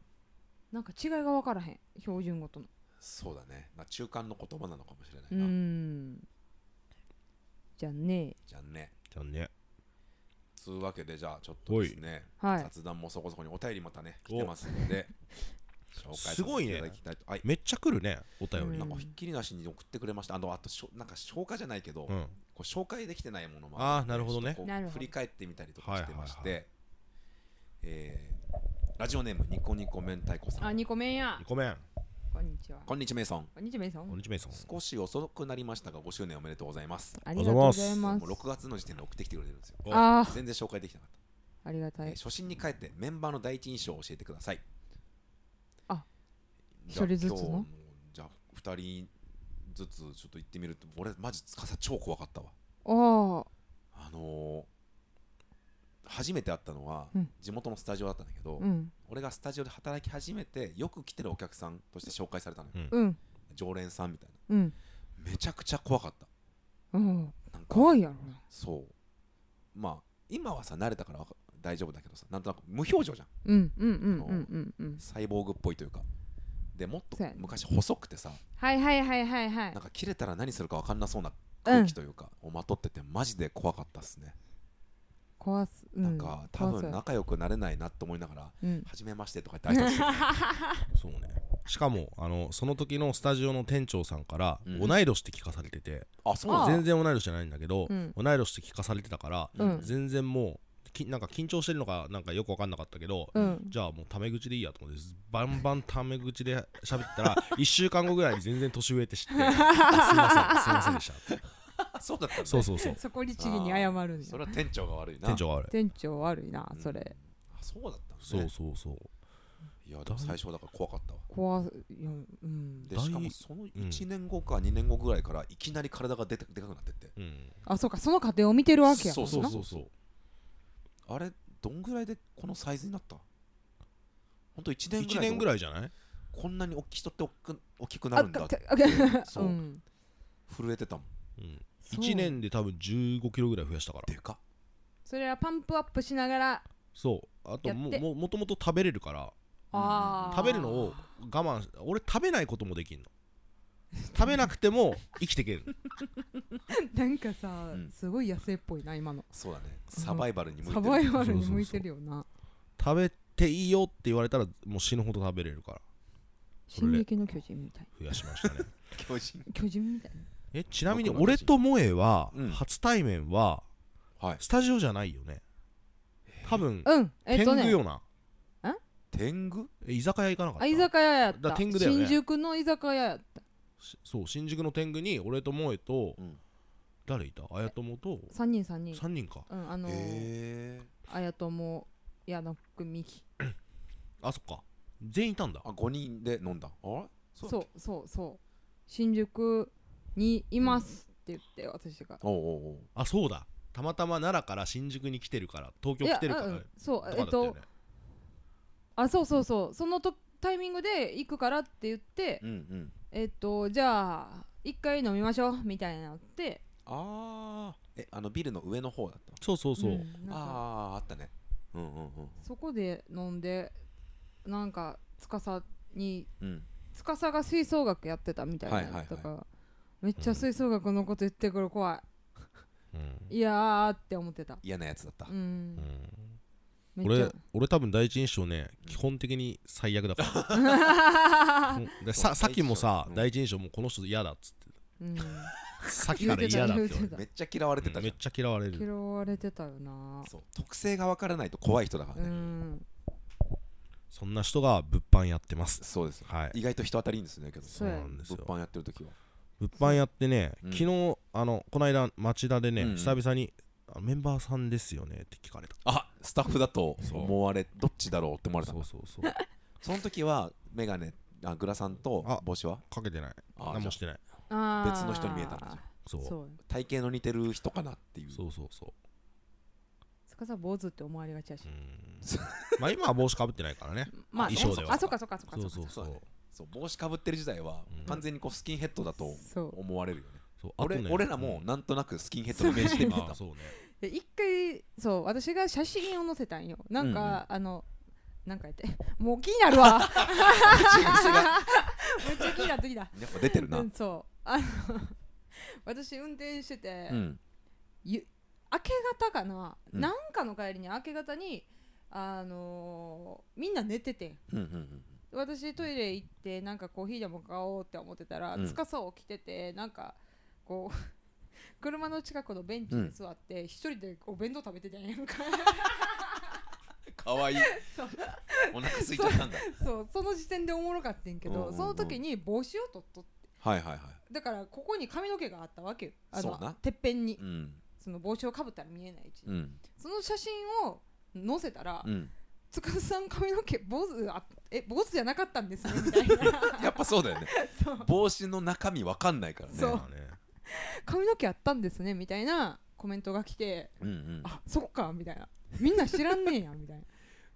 Speaker 3: なんか違いが分からへん標準語との
Speaker 1: そうだね、まあ、中間の言葉なのかもしれな
Speaker 3: う
Speaker 1: いな、
Speaker 3: ーんじゃんね
Speaker 1: じゃんね
Speaker 2: じゃんね
Speaker 1: つうわけでじゃあちょっとですね、
Speaker 3: はい
Speaker 1: 雑談もそこそこにお便りまたね来てますので紹介させ
Speaker 2: すご
Speaker 1: て
Speaker 2: い
Speaker 1: い
Speaker 2: ね
Speaker 1: ただきたいとはい
Speaker 2: めっちゃ来るねお便り
Speaker 1: なん
Speaker 3: う
Speaker 1: か
Speaker 3: ん
Speaker 1: ひっきりなしに送ってくれましたあのあとしょなんか消化じゃないけど、
Speaker 2: うん、
Speaker 1: こう紹介できてないものも
Speaker 2: あ
Speaker 1: る
Speaker 2: ーなるほどね
Speaker 1: ちょっとこう
Speaker 3: なるほど
Speaker 1: 振り返ってみたりとかしてまして、
Speaker 2: はい
Speaker 1: えラジオネームニコニコ明太子さ
Speaker 3: あ
Speaker 1: ん
Speaker 3: ニコメンや
Speaker 2: ごめん
Speaker 3: こんにちは
Speaker 1: こんにちはメイソン
Speaker 3: こんにちはメイソ
Speaker 2: こん
Speaker 3: ン
Speaker 2: にちはメイソン
Speaker 1: 少し遅くなりましたが5周年おめでとうございます
Speaker 3: ありがとうござ
Speaker 1: も
Speaker 3: いま
Speaker 1: う
Speaker 3: す
Speaker 1: 6月の時点で送ってきてくれてるんですよ
Speaker 2: お
Speaker 3: あ
Speaker 1: 全然紹介できなかった、
Speaker 3: あありがた
Speaker 1: え
Speaker 3: い
Speaker 1: ー初心に帰ってメンバーの第一印象を教えてください
Speaker 3: あ
Speaker 1: じゃあ
Speaker 3: 一人ずつの
Speaker 1: 今日じゃあ2人ずつちょっと行ってみると俺マジつかさ超怖かったわ
Speaker 3: おー
Speaker 1: あのー初めて会ったのは
Speaker 3: うん
Speaker 1: 地元のスタジオだったんだけど、
Speaker 3: うん
Speaker 1: 俺がスタジオで働き始めてよく来てるお客さんとして紹介されたのよ、
Speaker 2: うん
Speaker 3: うん
Speaker 1: 常連さんみたい
Speaker 3: うん
Speaker 1: なめちゃくちゃ怖かった
Speaker 3: う
Speaker 1: な
Speaker 3: ん
Speaker 1: んか
Speaker 3: 怖いやろな
Speaker 1: そうまあ今はさ慣れたからわか大丈夫だけどさなんとなく無表情じゃん
Speaker 3: うんうんうんうんうんうん
Speaker 1: サイボーグっぽいというかでもっと
Speaker 3: そうやね
Speaker 1: 昔細くてさ
Speaker 3: はいはいはいはいは
Speaker 1: ないんか切れたら何するか分かんなそうな空気というか、をまとっててマジで怖かったっすね、
Speaker 3: 壊すう
Speaker 1: なんか多
Speaker 3: 怖そ
Speaker 1: 分
Speaker 3: う
Speaker 1: 仲良くなれないなと思いながら
Speaker 3: うん
Speaker 1: 「はじめまして」とか言って挨拶して
Speaker 2: そうねしかもあのその時のスタジオの店長さんから、
Speaker 1: うん
Speaker 2: 同い年って聞かされてて
Speaker 1: あそう なん
Speaker 3: ああ
Speaker 1: だ
Speaker 2: 全然同い年じゃないんだけど、
Speaker 3: うん
Speaker 2: 同い年って聞かされてたから、
Speaker 3: うん
Speaker 2: 全然もうきなんか緊張してるのかなんかよく分かんなかったけど、
Speaker 3: うん
Speaker 2: じゃあもうタメ口でいいやと思ってバンバンタメ口で喋ってた ら1週間後ぐらいに全然年上って知ってあすいませんすいませんでしたって
Speaker 1: あそうだったんだ
Speaker 2: そうそうそう
Speaker 3: そこ律儀に謝るん
Speaker 1: そ
Speaker 3: や
Speaker 1: れは店長が悪いな
Speaker 2: 店長が悪い
Speaker 3: 店長悪いな
Speaker 1: うん
Speaker 3: それ
Speaker 1: あそうだったんだ
Speaker 2: そう
Speaker 1: ね
Speaker 2: そうそう
Speaker 1: いやでも最初だから怖かったわ
Speaker 3: 怖いうんうん
Speaker 1: で
Speaker 2: だい
Speaker 1: しかもその1年後か2年後ぐらいからいきなり体がでたでかくなってって
Speaker 2: うん
Speaker 3: あそうかその過程を見てるわけや
Speaker 1: そうそう
Speaker 3: な
Speaker 1: そうそうあれどんぐらいでこのサイズになったほんと1年ぐ
Speaker 2: 1
Speaker 1: らい
Speaker 2: 年ぐ
Speaker 1: い
Speaker 2: らいじゃない
Speaker 1: こんなに大きい人って大きく大きくな
Speaker 3: あ
Speaker 1: るんだ
Speaker 3: か
Speaker 1: っ
Speaker 3: か
Speaker 1: て
Speaker 3: あか
Speaker 1: そう
Speaker 3: うん
Speaker 1: 震えてたもん
Speaker 2: うん
Speaker 3: そう
Speaker 2: 1年で多分1 5キロぐらい増やしたから
Speaker 1: でかっ
Speaker 3: それはパンプアップしながら
Speaker 2: そうあとも
Speaker 3: やって
Speaker 2: ももともと食べれるから
Speaker 3: あー
Speaker 2: 食べるのを我慢し俺食べないこともできんの食べなくても生きていける
Speaker 3: なんかさ
Speaker 1: うん
Speaker 3: すごい野生っぽいな今の
Speaker 1: そうだねサバイバルに向いて
Speaker 3: サ
Speaker 1: る
Speaker 3: バイバルに向いてるよな
Speaker 2: 食べていいよって言われたらもう死ぬほど食べれるからそうそうそう
Speaker 3: 進撃の巨人みたい
Speaker 2: 増やしましたね
Speaker 1: 巨人
Speaker 3: 巨人みたい
Speaker 2: えちなみに俺と萌えは
Speaker 1: うん
Speaker 2: 初対面は
Speaker 1: はい
Speaker 2: スタジオじゃないよね多分
Speaker 3: なうんえ
Speaker 2: 天
Speaker 3: っと
Speaker 2: 狗
Speaker 3: ね
Speaker 2: よな
Speaker 1: 天狗
Speaker 2: え居酒屋行かなかった
Speaker 3: あ居酒屋やっ
Speaker 2: だ
Speaker 3: た
Speaker 2: 天狗だよね
Speaker 3: 新宿の居酒屋やった
Speaker 2: しそう新宿の天狗に俺と萌えと
Speaker 1: うん
Speaker 2: 誰いたあやともと
Speaker 3: 3人3人
Speaker 2: 3人か
Speaker 3: うんあの
Speaker 1: へえ
Speaker 3: あやとも矢野くみき
Speaker 2: あそっか全員いたんだ
Speaker 1: あ5人で飲んだあれ
Speaker 3: そう
Speaker 1: だっけ
Speaker 3: そうそう新宿にいますって言って私が
Speaker 1: おうおうおう
Speaker 2: あそうだたまたま奈良から新宿に来てるから東京
Speaker 3: いや
Speaker 2: 来てるから
Speaker 3: う
Speaker 2: と
Speaker 3: んそう
Speaker 2: か
Speaker 3: え
Speaker 2: だ
Speaker 3: った
Speaker 2: よ
Speaker 3: と
Speaker 2: ね
Speaker 3: あそうそうそうそのとタイミングで行くからって言って
Speaker 1: うんうん
Speaker 3: えっとじゃあ一回飲みましょうみたいなのって
Speaker 1: ああえあのビルの上の方だった
Speaker 2: そうそうそう、
Speaker 3: んなんか
Speaker 1: あああったねうんうんうん
Speaker 3: そこで飲んでなんか司に
Speaker 1: うん
Speaker 3: 司が吹奏楽やってたみたいなのとか、
Speaker 1: は
Speaker 3: めっちゃ吹奏楽のこと言ってくる怖
Speaker 2: うん
Speaker 3: いいやーって思ってた
Speaker 1: 嫌なやつだった
Speaker 3: う、んめっち
Speaker 2: 俺
Speaker 3: ゃ
Speaker 2: 俺多分第一印象ね基本的に最悪だから も うでささっきもさ、
Speaker 1: うん
Speaker 2: 第一印象もうこの人嫌だっつって
Speaker 3: うん
Speaker 2: さっきから嫌だって言われて
Speaker 1: めっちゃ嫌われて
Speaker 2: う
Speaker 1: た
Speaker 2: ん
Speaker 1: じ
Speaker 2: め
Speaker 1: ゃ
Speaker 2: っ
Speaker 1: ん、
Speaker 2: ちゃ嫌われる
Speaker 3: 嫌われてたよな
Speaker 1: そう特性が分からないと怖い人だから
Speaker 3: う
Speaker 1: ね、
Speaker 3: ん
Speaker 2: そんな人が物販やってます
Speaker 1: そうですよ
Speaker 2: はい
Speaker 1: 意外と人当たりいいんですねけど
Speaker 3: そうや
Speaker 2: なんです
Speaker 1: 物
Speaker 2: よ
Speaker 1: 販やってる時は
Speaker 2: 物販やってね、
Speaker 1: うん
Speaker 2: 昨日あのこの間町田でね、
Speaker 1: うんうん
Speaker 2: 久々にあメンバーさんですよねって聞かれた
Speaker 1: あスタッフだと
Speaker 2: そう
Speaker 1: 思われどっちだろうって思われた
Speaker 2: そ
Speaker 1: の
Speaker 2: うそうそう
Speaker 1: その時はメガネあグラさんと
Speaker 2: あ
Speaker 1: 帽子は
Speaker 2: かけてない
Speaker 1: あ
Speaker 2: 何もしてない
Speaker 3: あー
Speaker 1: 別の人に見えたんだじゃん
Speaker 2: そうそ
Speaker 3: そうう
Speaker 1: 体型の似てる人かなっていう
Speaker 2: そうそうそう
Speaker 3: 司坊主って思われがちやし
Speaker 2: うんまあ今は帽子かぶってないからね
Speaker 3: まあ
Speaker 2: 衣装では
Speaker 3: あそうかそうかそうか
Speaker 2: そう
Speaker 3: そ
Speaker 2: そうう
Speaker 3: か
Speaker 2: そう
Speaker 1: そうそう帽子かぶってる時代は
Speaker 2: うん
Speaker 1: 完全にこうスキンヘッドだと
Speaker 3: そう
Speaker 1: 思われるよね
Speaker 2: そうあと
Speaker 1: 俺
Speaker 2: ね
Speaker 1: 俺らもなんとなくスキンヘッドのイメージで見て
Speaker 2: あ
Speaker 1: た
Speaker 2: そうね
Speaker 3: で一回そう私が写真を載せたんよなんか、あのなんか言って もう気になるわ めっちゃ気になってきた
Speaker 1: やっぱ出てるな
Speaker 3: うんそうあの 私運転してて、
Speaker 1: うん
Speaker 3: ゆ明け方かな、
Speaker 1: うん
Speaker 3: なんかの帰りに明け方にあのーみんな寝ててん
Speaker 1: うんうんうん
Speaker 3: 私トイレ行ってなんかコーヒーでも買おうって思ってたら、
Speaker 1: うん
Speaker 3: 司を着ててなんかこう 車の近くのベンチに座って一人でお弁当食べてたんやんか、
Speaker 1: かわいい
Speaker 3: そう
Speaker 1: お腹空いちゃったんだ
Speaker 3: そうその時点でおもろかってんけ
Speaker 1: うんうん
Speaker 3: ど
Speaker 1: うん
Speaker 3: その時に帽子を取っとって
Speaker 1: はいはいはい
Speaker 3: だからここに髪の毛があったわけよあ
Speaker 1: そうな
Speaker 3: のてっぺんに
Speaker 1: うん
Speaker 3: その帽子をかぶったら見えない位置に
Speaker 1: うん
Speaker 3: その写真を載せたら
Speaker 1: うん
Speaker 3: 「つかさん髪の毛坊主あえ坊主じゃなかったんですね」みたい な
Speaker 1: やっぱそうだ よね
Speaker 3: そう
Speaker 1: 帽子の中身わかんないからね
Speaker 3: そう
Speaker 2: まあね
Speaker 3: 髪の毛あったんですねみたいなコメントが来て
Speaker 1: うんうん
Speaker 3: あそっかみたいなみんな知らんねえやみたいな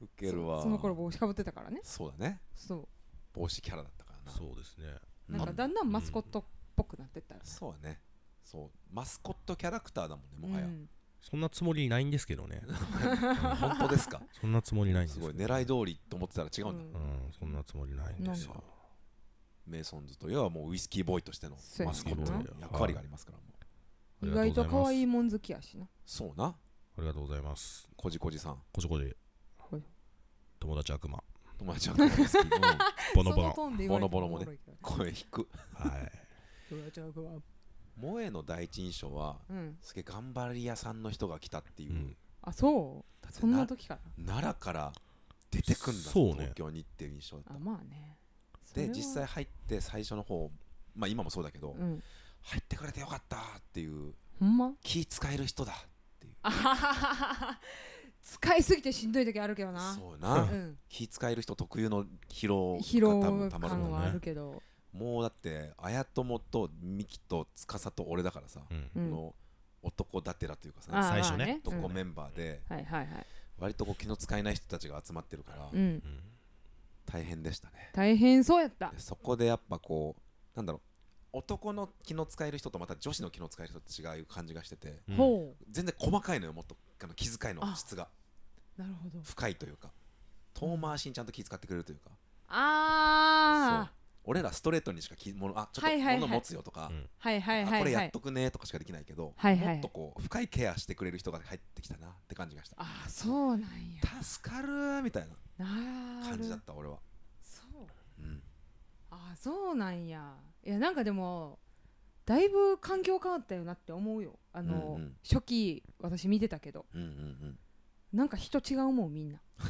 Speaker 1: ウケるわ
Speaker 3: その頃帽子かぶってたからね
Speaker 1: そうだね
Speaker 3: そ
Speaker 1: 帽子キャラだったからな
Speaker 2: そうですね
Speaker 3: うなん
Speaker 1: う
Speaker 3: か
Speaker 1: ん
Speaker 3: だんだんマスコットっぽくなってったら、
Speaker 1: そうだねそうマスコットキャラクターだもんね
Speaker 3: う
Speaker 1: もはや、
Speaker 3: ん
Speaker 2: そんなつもりないんですけどね
Speaker 1: 本当 ですか
Speaker 2: そんなつもりないんです
Speaker 1: す
Speaker 2: けど
Speaker 1: ごい狙い通りと思ってたら違うんだ、
Speaker 3: うん
Speaker 2: うんそんなつもりないんですよ
Speaker 3: なん
Speaker 1: メイソンズといえばもうウイスキーボーイとしての
Speaker 3: そう
Speaker 1: マ
Speaker 3: やな
Speaker 1: スコットの役割がありますからもう
Speaker 2: あり
Speaker 3: 意
Speaker 2: がうござ
Speaker 3: 外と
Speaker 2: ます
Speaker 3: 可愛いもん好きやしな
Speaker 1: そうな
Speaker 2: ありがとうございます
Speaker 1: こじこじさん
Speaker 2: こちょこち
Speaker 3: い
Speaker 2: 友達悪魔
Speaker 1: 友達はこじこじ好き、うん、
Speaker 2: ボノボノ
Speaker 3: そのトーンで言
Speaker 1: ボ
Speaker 3: われ
Speaker 1: ノ
Speaker 3: ても
Speaker 1: ボノも
Speaker 3: お
Speaker 1: ね
Speaker 3: もろいけど
Speaker 1: 声引く
Speaker 2: はい
Speaker 1: 萌えの第一印象は
Speaker 3: うん、
Speaker 1: すげえ頑張り屋さんの人が来たっていう、
Speaker 2: うん
Speaker 3: あそう
Speaker 1: だって
Speaker 3: そんな時か
Speaker 1: 奈良から出てくんだ、
Speaker 2: そうね
Speaker 1: 東京にっていう印象だ
Speaker 3: な
Speaker 1: っ
Speaker 3: あまあね
Speaker 1: たで
Speaker 3: それは
Speaker 1: 実際入って最初の方まあ今もそうだけど、
Speaker 3: うん
Speaker 1: 入ってくれてよかったっていう
Speaker 3: ほんま
Speaker 1: 気使える人だ
Speaker 3: あはははは使いすぎてしんどい時あるけどな
Speaker 1: そうな、
Speaker 3: うん、
Speaker 1: 気使える人特有の疲労
Speaker 3: 疲
Speaker 1: が多分
Speaker 3: 労
Speaker 1: たまる
Speaker 3: 感
Speaker 1: もん
Speaker 3: は
Speaker 1: ね
Speaker 3: あるけど、
Speaker 1: もうだって綾友と美樹と司と俺だからさ、
Speaker 2: うん
Speaker 3: うん
Speaker 1: この男だてらというかさ、
Speaker 3: あー
Speaker 2: 最初ね
Speaker 3: まあ
Speaker 1: 男メンバーで
Speaker 3: うんはいはいはい、
Speaker 1: 割とこう気の使えない人たちが集まってるから
Speaker 3: うん、
Speaker 2: うん
Speaker 1: 大変でしたね
Speaker 3: 大変そうやった
Speaker 1: でそこでやっぱこうなんだろう男の気の使える人とまた女子の気の使える人と違う感じがしてて
Speaker 2: うん
Speaker 3: ほ
Speaker 1: 全然細かいのよもっとあの気遣いの質が
Speaker 3: うなるほど
Speaker 1: 深いというか遠回しにちゃんと気遣ってくれるというか
Speaker 3: ああ
Speaker 1: 俺らストレートにしか気ものあちょっ
Speaker 3: はい
Speaker 1: と
Speaker 3: はいはい
Speaker 1: 物持つよとか、
Speaker 3: はいはいはいはい
Speaker 1: あこれやっとくねとかしかできないけど、
Speaker 3: はいはい
Speaker 1: もっとこう深いケアしてくれる人が入ってきたなって感じがした
Speaker 3: あーそうなんや
Speaker 1: 助かるーみたい
Speaker 3: な
Speaker 1: な
Speaker 3: る
Speaker 1: 感じだった俺は、
Speaker 3: そ
Speaker 1: う
Speaker 3: う
Speaker 1: ん、
Speaker 3: あそうなんやいやなんかでもだいぶ環境変わったよなって思うよあの、
Speaker 1: うんうん
Speaker 3: 初期私見てたけど
Speaker 1: うんうん
Speaker 3: なんか人違うもんみんな
Speaker 1: う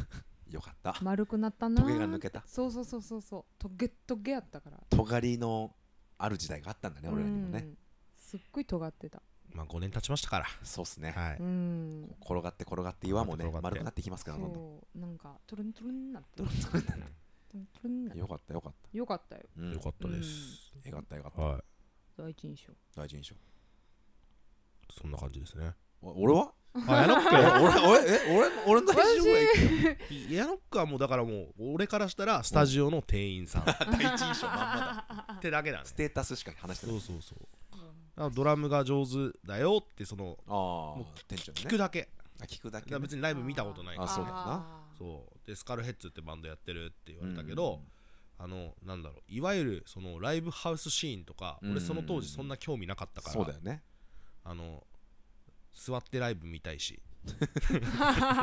Speaker 1: んよかった
Speaker 3: 丸くなったなー
Speaker 1: トゲが抜けた
Speaker 3: そうそうそうそうそうトゲットゲやったから
Speaker 1: 尖りのある時代があったんだね俺らにも
Speaker 3: う
Speaker 1: ね
Speaker 3: んすっごい尖ってた
Speaker 2: まあ5年経ちましたから
Speaker 1: そうっすね
Speaker 2: はい
Speaker 3: うん
Speaker 1: 転がって転がって岩もね
Speaker 2: 転がって
Speaker 1: 丸くなっていきますからどんどん
Speaker 3: そうなんかトゥルントゥルンなって
Speaker 1: ど
Speaker 3: る
Speaker 1: んどん どん
Speaker 3: トゥルントゥルンな
Speaker 1: どんよかったよかっ
Speaker 3: よかったよ
Speaker 1: た、うん、
Speaker 2: よか
Speaker 1: よ
Speaker 2: ったです
Speaker 1: かったよかった
Speaker 2: はい
Speaker 3: 第一印象
Speaker 1: 大事印象
Speaker 2: そんな感じですね
Speaker 1: お俺は
Speaker 2: あヤノック
Speaker 1: 俺俺え俺の俺の大事印
Speaker 2: ヤノックはもうだからもう俺からしたらスタジオの店員さんっ
Speaker 1: 象第一印象ま んまだ
Speaker 2: てだけだね
Speaker 1: ステータスしか話して
Speaker 2: そ
Speaker 1: ないう
Speaker 2: そうそうだからドラムが上手だよってその
Speaker 1: あ
Speaker 2: もう
Speaker 1: あ店長
Speaker 2: 聞
Speaker 1: ね
Speaker 2: くだけ
Speaker 1: あ聞くだ
Speaker 2: だ
Speaker 1: け
Speaker 2: から別にライブ見たことないか
Speaker 1: あ
Speaker 2: ら
Speaker 1: そうだよな
Speaker 3: あー
Speaker 2: そうでスカルヘッズってバンドやってるって言われたけど、あのなんだろういわゆるそのライブハウスシーンとか、
Speaker 1: うん
Speaker 2: 俺その当時そんな興味なかったから
Speaker 1: そうだよね
Speaker 2: あの座ってライブ見たいし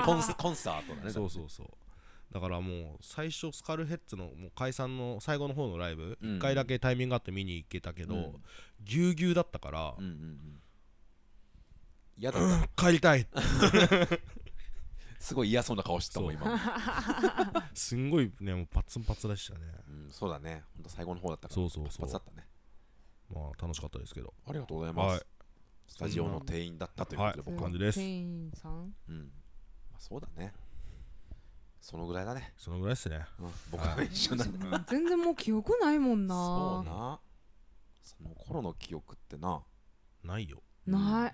Speaker 1: コン スコンサートだね
Speaker 2: そうそうそうだからもう最初スカルヘッズのもう解散の最後の方のライブ、
Speaker 1: うん
Speaker 2: 1回だけタイミングあって見に行けたけど、
Speaker 1: うん
Speaker 2: ぎゅうぎゅうだったから、
Speaker 1: うんうんうん嫌だった
Speaker 2: 帰りたい
Speaker 1: すごい嫌そうな顔してたもん
Speaker 2: そう
Speaker 1: 今
Speaker 2: すんごいねもうパツンパツでしたね
Speaker 1: うんそうだねほんと最後の方だったから
Speaker 2: そうそう
Speaker 1: 一
Speaker 2: そう
Speaker 1: 発だったね
Speaker 2: まあ楽しかったですけど
Speaker 1: ありがとうございま
Speaker 2: はい
Speaker 1: すスタジオの店員だったということで
Speaker 2: そ
Speaker 1: 僕
Speaker 2: な
Speaker 1: は
Speaker 2: 感じです
Speaker 3: 店員さん
Speaker 1: うんまあそうだねそのぐらいだね
Speaker 2: そのぐらいですね
Speaker 1: うん僕は一緒なんだ
Speaker 3: 全然もう記憶ないも
Speaker 1: そ
Speaker 3: んな
Speaker 1: うなその頃の記憶ってな
Speaker 2: ないよ
Speaker 3: な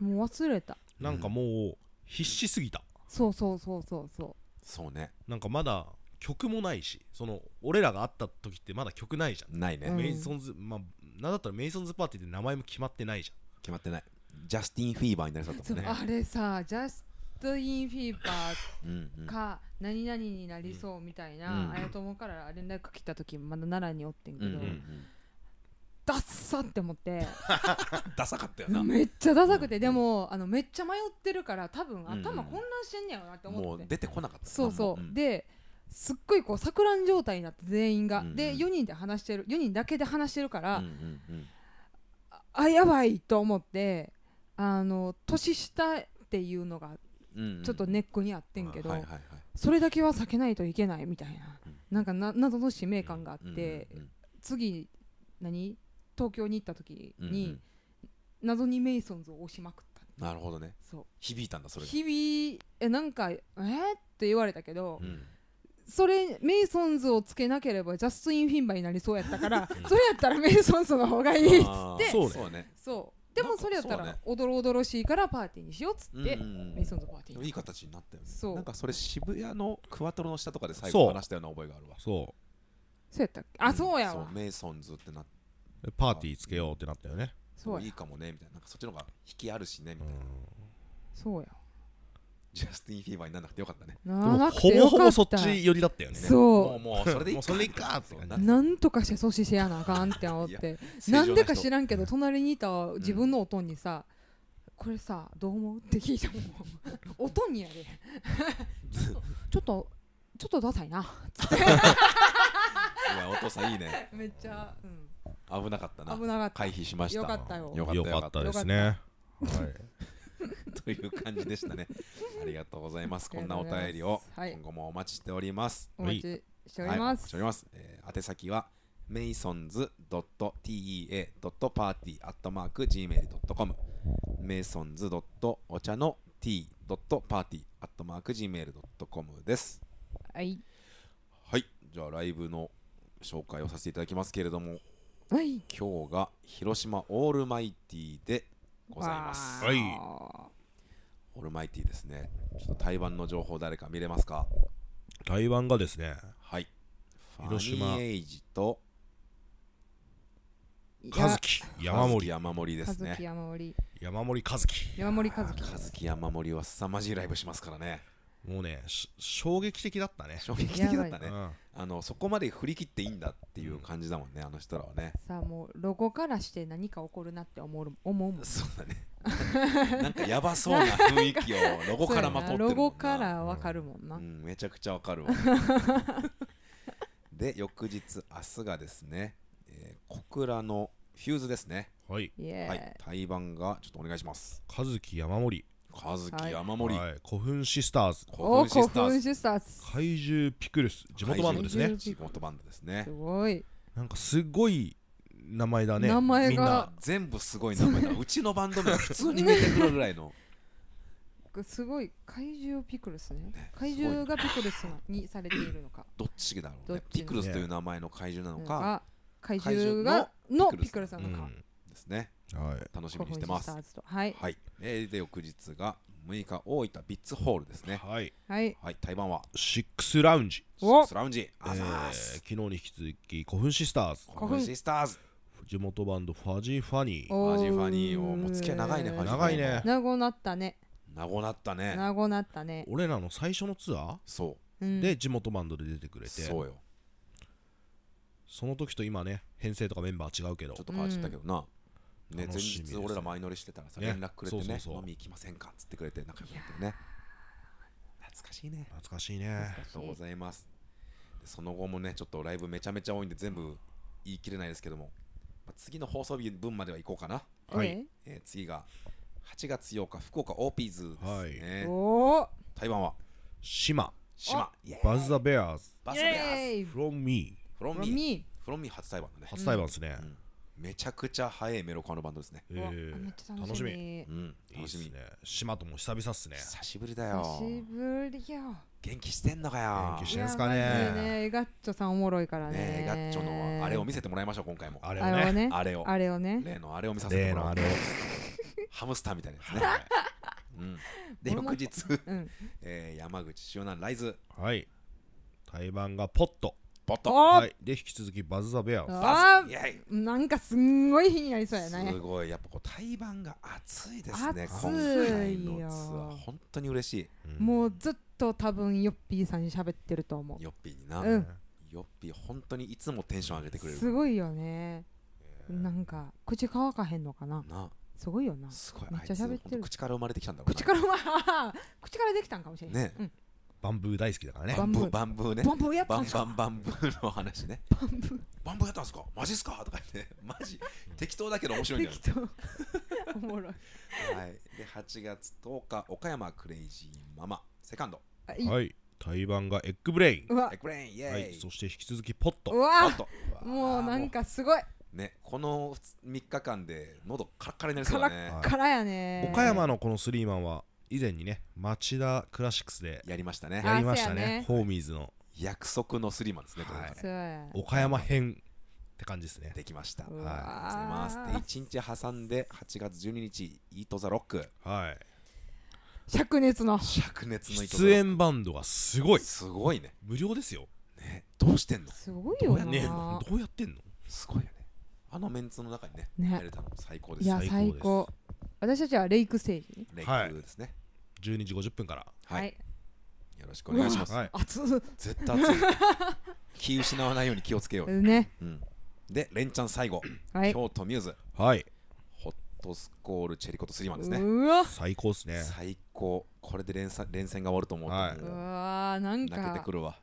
Speaker 3: いもう忘れた
Speaker 2: なんかもう必死すぎた
Speaker 3: そうそうそうそうそ
Speaker 1: そうね
Speaker 2: なんかまだ曲もないしその俺らが会った時ってまだ曲ないじゃん、
Speaker 1: ないね
Speaker 3: うん
Speaker 2: メイソンズまあなんだったらメイソンズパーティーって名前も決まってないじ
Speaker 1: 決まってないジャスティン・フィーバーになりそうだっ
Speaker 3: う
Speaker 1: た
Speaker 3: そう、
Speaker 1: もんね
Speaker 3: あれさジャストインフィーバー
Speaker 1: うんうん
Speaker 3: か何々になりそうみたい
Speaker 1: うん
Speaker 3: な、あやともから連絡来た時まだ奈良におってんけ
Speaker 1: う
Speaker 3: ど、
Speaker 1: んうんうん
Speaker 3: ダッサって思 って
Speaker 1: ダサかったよな
Speaker 3: めっちゃダサくて、でもあのめっちゃ迷ってるから多
Speaker 1: う
Speaker 3: 分
Speaker 1: ん
Speaker 3: 頭混乱してんねやろなって思って、
Speaker 1: もう出てこなかった
Speaker 3: そうそう、
Speaker 1: なんもん
Speaker 3: ですっごいこう錯乱状態になって全員が、
Speaker 1: うんうん
Speaker 3: で4人で話してる4人だけで話してるから、
Speaker 1: うんうんうん
Speaker 3: あやばいと思ってあの年下っていうのが
Speaker 1: うんうん
Speaker 3: ちょっとネックにあってんけど、
Speaker 1: はいはいはい
Speaker 3: それだけは避けないといけないみたいな
Speaker 1: うん
Speaker 3: なんかな謎の使命感があ
Speaker 1: うんうんう
Speaker 3: っ
Speaker 1: ん
Speaker 3: て、次何東京に行った時
Speaker 1: うんうん
Speaker 3: に、謎にメイソンズを押しまくった
Speaker 1: なるほどね
Speaker 3: そ
Speaker 1: 響いたんだそうれが、
Speaker 3: 日々えなんか「えーって言われたけど、
Speaker 1: うん
Speaker 3: それメイソンズをつけなければジャスティン・フィンバーになりそうやったから
Speaker 2: ん
Speaker 3: それやったらメイソンズの方がいいっつっ
Speaker 1: あー
Speaker 3: て
Speaker 2: そうね
Speaker 1: そうね
Speaker 3: そうで
Speaker 1: な
Speaker 3: も
Speaker 1: んか
Speaker 3: それやった
Speaker 1: そう
Speaker 3: ら
Speaker 1: ね
Speaker 3: おどろおどろしいからパーティーにしようっつって、
Speaker 1: うんうんうん
Speaker 3: メイソンズパーティ
Speaker 1: で
Speaker 3: ー
Speaker 1: もいい形になったよね
Speaker 3: そう
Speaker 1: なんかそれ渋谷のクワトロの下とかで最
Speaker 2: そ
Speaker 1: 後
Speaker 2: う
Speaker 1: 話したような覚えがあるわ
Speaker 2: そ
Speaker 3: そうやったっけあそうや
Speaker 1: そう
Speaker 3: わ
Speaker 1: メイソンズってなって
Speaker 2: うパーティーつけようってなったよね
Speaker 3: そう
Speaker 1: い
Speaker 3: や
Speaker 1: いかもねみたいななんかそっちの方が引きあるしねみ
Speaker 2: う
Speaker 1: たいな、
Speaker 3: そうや
Speaker 1: ジャスティン・フィーバーにならなくてよかったね
Speaker 3: な
Speaker 2: で
Speaker 3: ら
Speaker 2: も
Speaker 3: なく
Speaker 2: ほ
Speaker 3: て
Speaker 2: ぼ
Speaker 3: よ
Speaker 2: ほ
Speaker 3: か
Speaker 2: ぼ
Speaker 3: っ
Speaker 2: そったち寄りだったよね
Speaker 3: そう
Speaker 1: もうもうそれでいい
Speaker 2: もうそれでいいかって
Speaker 1: そう
Speaker 3: なんとかして阻止せやなあかんって思っ
Speaker 1: いや
Speaker 3: て
Speaker 1: 正常
Speaker 3: な
Speaker 1: なん
Speaker 3: でか知らんけ
Speaker 2: う
Speaker 3: ど
Speaker 2: ん
Speaker 3: 隣にいた自分のおとんにさ、これさどう思うって聞いたもん おとんにやでちょっとちょっとダサいなつって
Speaker 1: いやお父さんいいね
Speaker 3: めっちゃ、う、
Speaker 1: 危なかったなん
Speaker 3: 危なかった
Speaker 1: 回避しました
Speaker 3: よかったよ
Speaker 1: よかった
Speaker 2: よ
Speaker 1: よ
Speaker 2: か
Speaker 1: かった
Speaker 2: ったですねはい
Speaker 1: という感じでしたねありがとうございます
Speaker 3: あ
Speaker 1: こ
Speaker 3: り
Speaker 1: ん
Speaker 3: が
Speaker 1: な
Speaker 3: とう
Speaker 1: お
Speaker 3: ございます
Speaker 1: 便りを
Speaker 3: はい
Speaker 1: 今後もお待ちしております
Speaker 3: お待ちしており
Speaker 1: は
Speaker 3: ま
Speaker 1: い、して
Speaker 3: す、
Speaker 1: おります、えー、宛先は masons.tea.party.gmail.com masons. お茶の t.party.gmail.com です
Speaker 3: はい
Speaker 1: はいじゃあライブの紹介をさせていただきますけれども
Speaker 3: はい
Speaker 1: 今日が広島オールマイティでございます
Speaker 2: わーはい
Speaker 1: オールマイティですねちょっと台湾の情報誰か見れますか
Speaker 2: 台湾がですね
Speaker 1: はいファニ
Speaker 2: 広島
Speaker 1: ーエイジと
Speaker 2: 和
Speaker 3: い
Speaker 2: 樹山
Speaker 1: 葉月
Speaker 2: 森
Speaker 1: 山盛りで
Speaker 3: や
Speaker 1: す
Speaker 3: 和
Speaker 1: ね
Speaker 3: 樹山森
Speaker 2: 山森和樹
Speaker 3: 山森和樹
Speaker 1: 和樹山盛りは凄まじいライブしますからね
Speaker 2: もうねし衝撃的だったね
Speaker 1: 衝撃的だった
Speaker 2: う
Speaker 1: ね
Speaker 2: ん
Speaker 1: あのそこまで振り切っていいんだっていう感じだもんねあの人らはね
Speaker 3: さあもうロゴからして何か起こるなって思う思うもん
Speaker 1: そうだねなんかやばそうな雰囲気をロゴからまとってるもん
Speaker 3: ロ
Speaker 1: な
Speaker 3: ゴからわかるもんな、
Speaker 1: うん、めちゃくちゃわかる わで翌日明日がですね、えー小倉のフューズですね、
Speaker 2: はい
Speaker 3: イエーイ、
Speaker 1: はい対バンがちょっとお願いします
Speaker 2: 和樹山森
Speaker 1: 和
Speaker 3: は
Speaker 1: 樹
Speaker 3: い
Speaker 1: 山森、
Speaker 2: はい古墳シスターズ
Speaker 3: お
Speaker 1: 興
Speaker 3: お
Speaker 1: 奮シ
Speaker 3: 古
Speaker 1: スターズ
Speaker 3: 墳出産
Speaker 2: 怪獣ピクルス地元バンドです
Speaker 3: 怪
Speaker 2: ね
Speaker 3: 獣
Speaker 1: 地元バンドですね
Speaker 3: すごい
Speaker 2: なんかすごい名前だね
Speaker 3: 名前が
Speaker 2: みんな
Speaker 1: 全部すごい名前だうちのバンド名普通に見えてくるぐらい の
Speaker 3: すごい怪獣ピクルスね
Speaker 1: ね
Speaker 3: 怪獣がピクルスなにされているのか
Speaker 1: どっちだろう
Speaker 3: どっ
Speaker 1: ね
Speaker 3: ち
Speaker 1: ピクルスという名前の怪獣なのか
Speaker 3: が怪獣がのピクルスな
Speaker 2: う
Speaker 3: のか
Speaker 2: ん
Speaker 1: ですね
Speaker 2: はい
Speaker 1: 楽しみ
Speaker 3: 古
Speaker 1: にして
Speaker 3: 墳出
Speaker 1: ます
Speaker 3: 産とはい
Speaker 1: はい、えーで翌日が6日大分ビッツホールですね
Speaker 2: はい
Speaker 3: はい
Speaker 1: はい台湾は
Speaker 2: シックスラウンジ
Speaker 3: お
Speaker 1: スラウンジあざー
Speaker 2: えー
Speaker 1: す
Speaker 2: 昨日に引き続き古墳シスターズ
Speaker 1: 興奮シスターズ
Speaker 2: 地元バンドファジーファニー
Speaker 3: お
Speaker 1: ファジーファニーをもう付き合い長いねファジーファニー
Speaker 2: 長いね
Speaker 3: なごなったね
Speaker 1: 名護なったね
Speaker 3: なごなったね
Speaker 2: 俺らの最初のツア
Speaker 1: そ
Speaker 3: うん
Speaker 2: ーで地元バンドで出てく
Speaker 1: う
Speaker 2: れて
Speaker 1: そうよ
Speaker 2: その時と今ね編成とかメンバー違うけど
Speaker 1: ちょっと変わっちゃったけどな、ね、
Speaker 2: 楽
Speaker 1: 前
Speaker 2: しみ
Speaker 1: 日
Speaker 2: ですね
Speaker 1: 俺ら前乗りしてたらさ
Speaker 2: ね
Speaker 1: 連絡くれてね
Speaker 2: そうそうそう
Speaker 1: 飲み行きませんかっつってくれて仲良くなってね懐かしいね
Speaker 2: 懐かしいね
Speaker 1: ありがとうございますでその後もねちょっとライブめちゃめちゃ多いんで全部言い切れないですけども、まあ次の放送日分までは行こうかな、
Speaker 2: はい
Speaker 1: えー次が8月8日福岡オーピーズです
Speaker 3: え
Speaker 1: ね、
Speaker 3: ーおー
Speaker 1: 台湾は
Speaker 2: 島
Speaker 1: 島イエーイ
Speaker 2: バズ・ザ・ベアーズ
Speaker 1: バ
Speaker 3: イ
Speaker 1: スベアス
Speaker 3: エーイ
Speaker 2: From Me
Speaker 1: フロンミー
Speaker 3: ミ
Speaker 1: フロンミー初台湾だね、
Speaker 2: 初対バンですね
Speaker 1: うんめちゃくちゃ早いメロコアのバンドですね、
Speaker 2: え
Speaker 3: ー
Speaker 2: ー
Speaker 3: あめっちゃ楽
Speaker 2: 楽
Speaker 3: し
Speaker 2: し
Speaker 3: み
Speaker 2: み
Speaker 1: うん
Speaker 2: いいっ
Speaker 1: 楽し
Speaker 2: す
Speaker 1: み
Speaker 2: ね島とも久々っすね
Speaker 1: 久しぶりだよ
Speaker 3: 久しぶりよ
Speaker 1: 元気してんのかよ
Speaker 2: 元気し
Speaker 3: い
Speaker 2: て
Speaker 3: や
Speaker 2: んすか
Speaker 3: マジで
Speaker 2: ね
Speaker 3: ねエガッチョさんおもろいから
Speaker 1: ね
Speaker 3: ね
Speaker 1: えガッチョのあれを見せてもらいましょう今回も
Speaker 2: あれ
Speaker 3: あれ
Speaker 2: を
Speaker 3: を
Speaker 2: ね
Speaker 3: ね
Speaker 1: あれを
Speaker 3: あれをね
Speaker 1: 例のあれを見させて
Speaker 2: 例
Speaker 1: も
Speaker 2: の
Speaker 1: ら
Speaker 2: あ
Speaker 1: う
Speaker 2: れを
Speaker 1: ハムスターみたいなやつね、
Speaker 2: は
Speaker 1: うん、で
Speaker 3: 俺も
Speaker 1: 翌日、
Speaker 3: うん
Speaker 1: えー山口周南ライズ
Speaker 2: いはい対バンがポット
Speaker 1: ポット
Speaker 3: お
Speaker 2: はいで引き続きバズ・ザ・ベアーズ
Speaker 3: あ
Speaker 1: バスイ
Speaker 3: ー
Speaker 1: エイ
Speaker 3: なんかすんごい日になりそうやね
Speaker 1: すごいやっぱこう対バンが熱いですね
Speaker 3: 熱
Speaker 1: 今回
Speaker 3: いよ
Speaker 1: のツアー本当に嬉しい
Speaker 2: うん
Speaker 3: もうずっと多分ヨッピーさんに喋ってると思
Speaker 1: ヨッピーにな、
Speaker 3: う。うん、
Speaker 1: ヨッピー本当にいつもテンション上げてくれる
Speaker 3: すごいよね。なんか口乾かへんのかな。
Speaker 1: な
Speaker 3: すごいよな。
Speaker 1: すごい
Speaker 3: めっ
Speaker 1: あい
Speaker 3: ちゃ
Speaker 1: つ
Speaker 3: 喋ってる
Speaker 1: 本当口から生まれてきたんだろうな
Speaker 3: 口からまあ口からできたんかもしれない。
Speaker 1: ね
Speaker 3: うん、
Speaker 2: バンブー大好きだからね
Speaker 1: バンブーバンブーね
Speaker 3: バンブーやった
Speaker 1: バ
Speaker 3: ん
Speaker 1: ン
Speaker 3: す
Speaker 1: バ
Speaker 3: か
Speaker 1: ンバンブーの話ね
Speaker 3: バンブー
Speaker 1: バンブーやったんすかマジっすかとか言ってマジ適当だけど面白いんだよ
Speaker 3: 適当 おもろい
Speaker 1: はい、で8月10日岡山クレイジーママセカンド
Speaker 3: あいい
Speaker 2: はい対バンがエッグブレイ
Speaker 3: うわ
Speaker 1: エクレインイエーイ、
Speaker 2: はいそして引き続きポット
Speaker 3: う
Speaker 1: お
Speaker 3: わ
Speaker 1: っと
Speaker 3: もうなん
Speaker 1: も
Speaker 3: かすごいう
Speaker 1: ねこの3日間で喉カラッカラになりそ
Speaker 3: カ
Speaker 1: うだ
Speaker 3: ラ
Speaker 1: ね
Speaker 3: ッカラやね
Speaker 2: 岡山のこのスリーマンは以前にね町田クラシックスで
Speaker 1: やりましたね
Speaker 3: あ
Speaker 2: やりました
Speaker 3: そうや
Speaker 2: ね
Speaker 3: ね
Speaker 2: ホーミーズの
Speaker 1: 約束のスリーマンですねこれは、
Speaker 2: はい
Speaker 3: そうや
Speaker 2: 岡山編って感じですね
Speaker 1: できましたあり
Speaker 3: う
Speaker 1: がとう
Speaker 3: わ
Speaker 1: ございますで1日挟んで8月12日「イート・ザ・ロック
Speaker 2: はい
Speaker 3: 灼熱の」
Speaker 1: 灼熱のイート・ザ・
Speaker 2: 出
Speaker 1: ロッ
Speaker 2: 演バンドがすごい
Speaker 1: クすごいね
Speaker 2: 無料ですよ
Speaker 1: ねどうしてんの
Speaker 3: すごい
Speaker 2: ど
Speaker 3: よ
Speaker 2: うや,、ね、
Speaker 3: な
Speaker 2: どうやってんの
Speaker 1: すごいよねあのメンツの中にね
Speaker 3: ね
Speaker 1: やれたの最高で
Speaker 3: い
Speaker 1: す
Speaker 3: や
Speaker 2: 最高
Speaker 3: 最
Speaker 2: です
Speaker 3: 高私たちはレイクステージね
Speaker 1: レイ
Speaker 2: はい
Speaker 1: クですね
Speaker 2: 12時50分から
Speaker 1: はい、よろしくお願いします
Speaker 2: はい
Speaker 3: 熱っ
Speaker 1: 絶対熱い 気失わないように気をつけよう、
Speaker 3: ね
Speaker 1: うん、でレンチャン最後、
Speaker 3: はい
Speaker 1: 京都ミューズ
Speaker 2: はい
Speaker 1: ホットスコールチェリコとスリーマンですね
Speaker 3: うわ
Speaker 2: 最高っすね
Speaker 1: 最高これで連鎖連戦が終わると思うと、
Speaker 2: はい
Speaker 3: うん
Speaker 1: もう
Speaker 3: わなん
Speaker 1: 泣けて
Speaker 3: か
Speaker 1: くるわ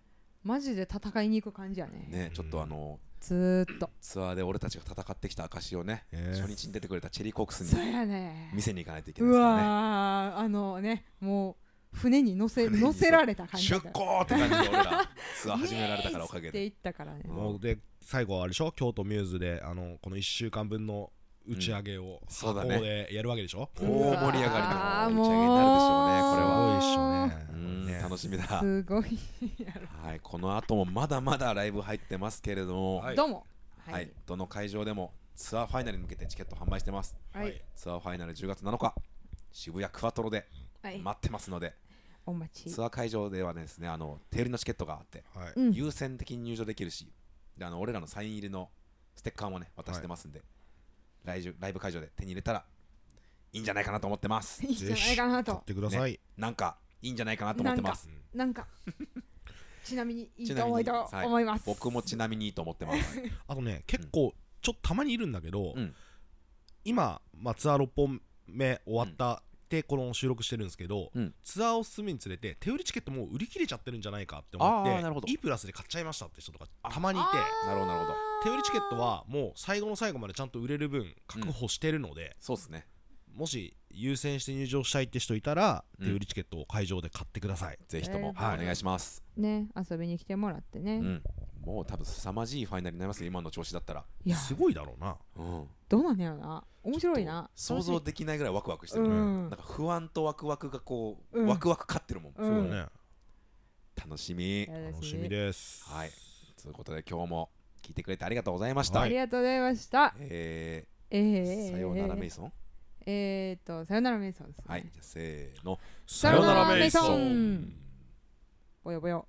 Speaker 3: マジで戦いに行く感じやね
Speaker 1: ねちょっとあの
Speaker 3: ずーっと
Speaker 1: ツアーで俺たちが戦ってきた証をね、
Speaker 2: えー
Speaker 1: 初日に出てくれたチェリーコックス
Speaker 3: そう
Speaker 1: に
Speaker 3: やね
Speaker 1: 見せに行かないといけないうですからね
Speaker 3: わーあのねもう船に乗せ
Speaker 1: 船に
Speaker 3: 乗せられた感じ
Speaker 1: 出航って感じで俺らツアー始められたからおか
Speaker 3: っ
Speaker 1: げ
Speaker 3: て
Speaker 1: で
Speaker 3: 言ったからね
Speaker 1: うん
Speaker 2: もうで最後はあれでしょ京都ミューズであのこの1週間分の打ち上げを
Speaker 1: そう
Speaker 2: 箱
Speaker 1: だね
Speaker 2: でやるわけでしょ、
Speaker 1: 大盛り上が
Speaker 3: うわ
Speaker 1: りの打
Speaker 3: ー
Speaker 1: ち上げになるでしょうねこれは
Speaker 3: も
Speaker 2: すごいっしょね
Speaker 1: うん
Speaker 2: ね
Speaker 1: 楽しみだ
Speaker 3: すごいや
Speaker 1: はい、この後もまだまだライブ入ってますけれども、
Speaker 2: は
Speaker 1: はい
Speaker 3: ろどうも
Speaker 1: いどの会場でもツアーファイナルに向けてチケット販売してます。
Speaker 3: はい
Speaker 2: はい
Speaker 1: ツアーファイナル10月7日、渋谷クワトロで
Speaker 3: はい
Speaker 1: 待ってますので、
Speaker 3: お待ち
Speaker 1: ツアー会場ではですね、あの手売りのチケットがあって、
Speaker 2: はい、
Speaker 3: うん
Speaker 1: 優先的に入場できるし、であの俺らのサイン入りのステッカーもね渡してますんで、来週ライブ会場で手に入れたらいいんじゃないかなと思ってます。
Speaker 3: いいんじゃないかな
Speaker 2: 買っ
Speaker 3: と
Speaker 2: てください、
Speaker 1: なんかいいんじゃないかなと思ってます。
Speaker 3: なんかちなみにいい
Speaker 1: ち
Speaker 3: と
Speaker 1: なみ
Speaker 3: 思い
Speaker 1: に
Speaker 3: と
Speaker 1: はい
Speaker 3: 思います
Speaker 1: 僕もちなみにいいと思って ます。
Speaker 2: あとね結構ちょっとたまにいるんだけど、
Speaker 1: うん
Speaker 2: 今、まあ、ツアー6本目終わったって、この収録してるんですけど、
Speaker 1: うん
Speaker 2: ツアーを進むにつれて手売りチケットもう売り切れちゃってるんじゃないかって
Speaker 1: あ
Speaker 2: 思
Speaker 1: ーなる
Speaker 2: っ
Speaker 1: ほど
Speaker 2: て E プラスで買っちゃいましたって人とかたまにいて
Speaker 3: あー
Speaker 1: なるほどなるほど。
Speaker 2: 手売りチケットはもう最後の最後までちゃんと売れる分確保してるので、
Speaker 1: そうですね。
Speaker 2: もし優先して入場したいって人いたら、
Speaker 1: うん
Speaker 2: 手売りチケットを会場で買ってください
Speaker 1: ぜひともお
Speaker 2: はい
Speaker 1: 願いします。
Speaker 3: ね遊びに来てもらってね、
Speaker 1: うん、もう多分凄まじいファイナルになりますよ、今の調子だったら。
Speaker 3: いや
Speaker 2: すごいだろうな
Speaker 1: うん、
Speaker 3: どうなんやろな面白いな
Speaker 1: 想像できないぐらいワクワクしてる、
Speaker 3: う
Speaker 1: なん
Speaker 3: ん
Speaker 1: か不安とワクワクがこう、
Speaker 3: うん
Speaker 1: ワクワク勝ってるもん、
Speaker 3: うん
Speaker 2: そうだね、
Speaker 1: 楽しみ
Speaker 2: 楽しみです
Speaker 1: はいということで今日も聞いてくれてありがとうございました、
Speaker 2: は
Speaker 3: ありがとうございました
Speaker 1: え
Speaker 3: え
Speaker 1: ー
Speaker 3: ー、
Speaker 1: さようならメイソン、
Speaker 3: えー、っとさよならメイソンですね
Speaker 1: はいじゃあせーの
Speaker 3: さよならメイソン
Speaker 1: ン
Speaker 3: ぼよぼよ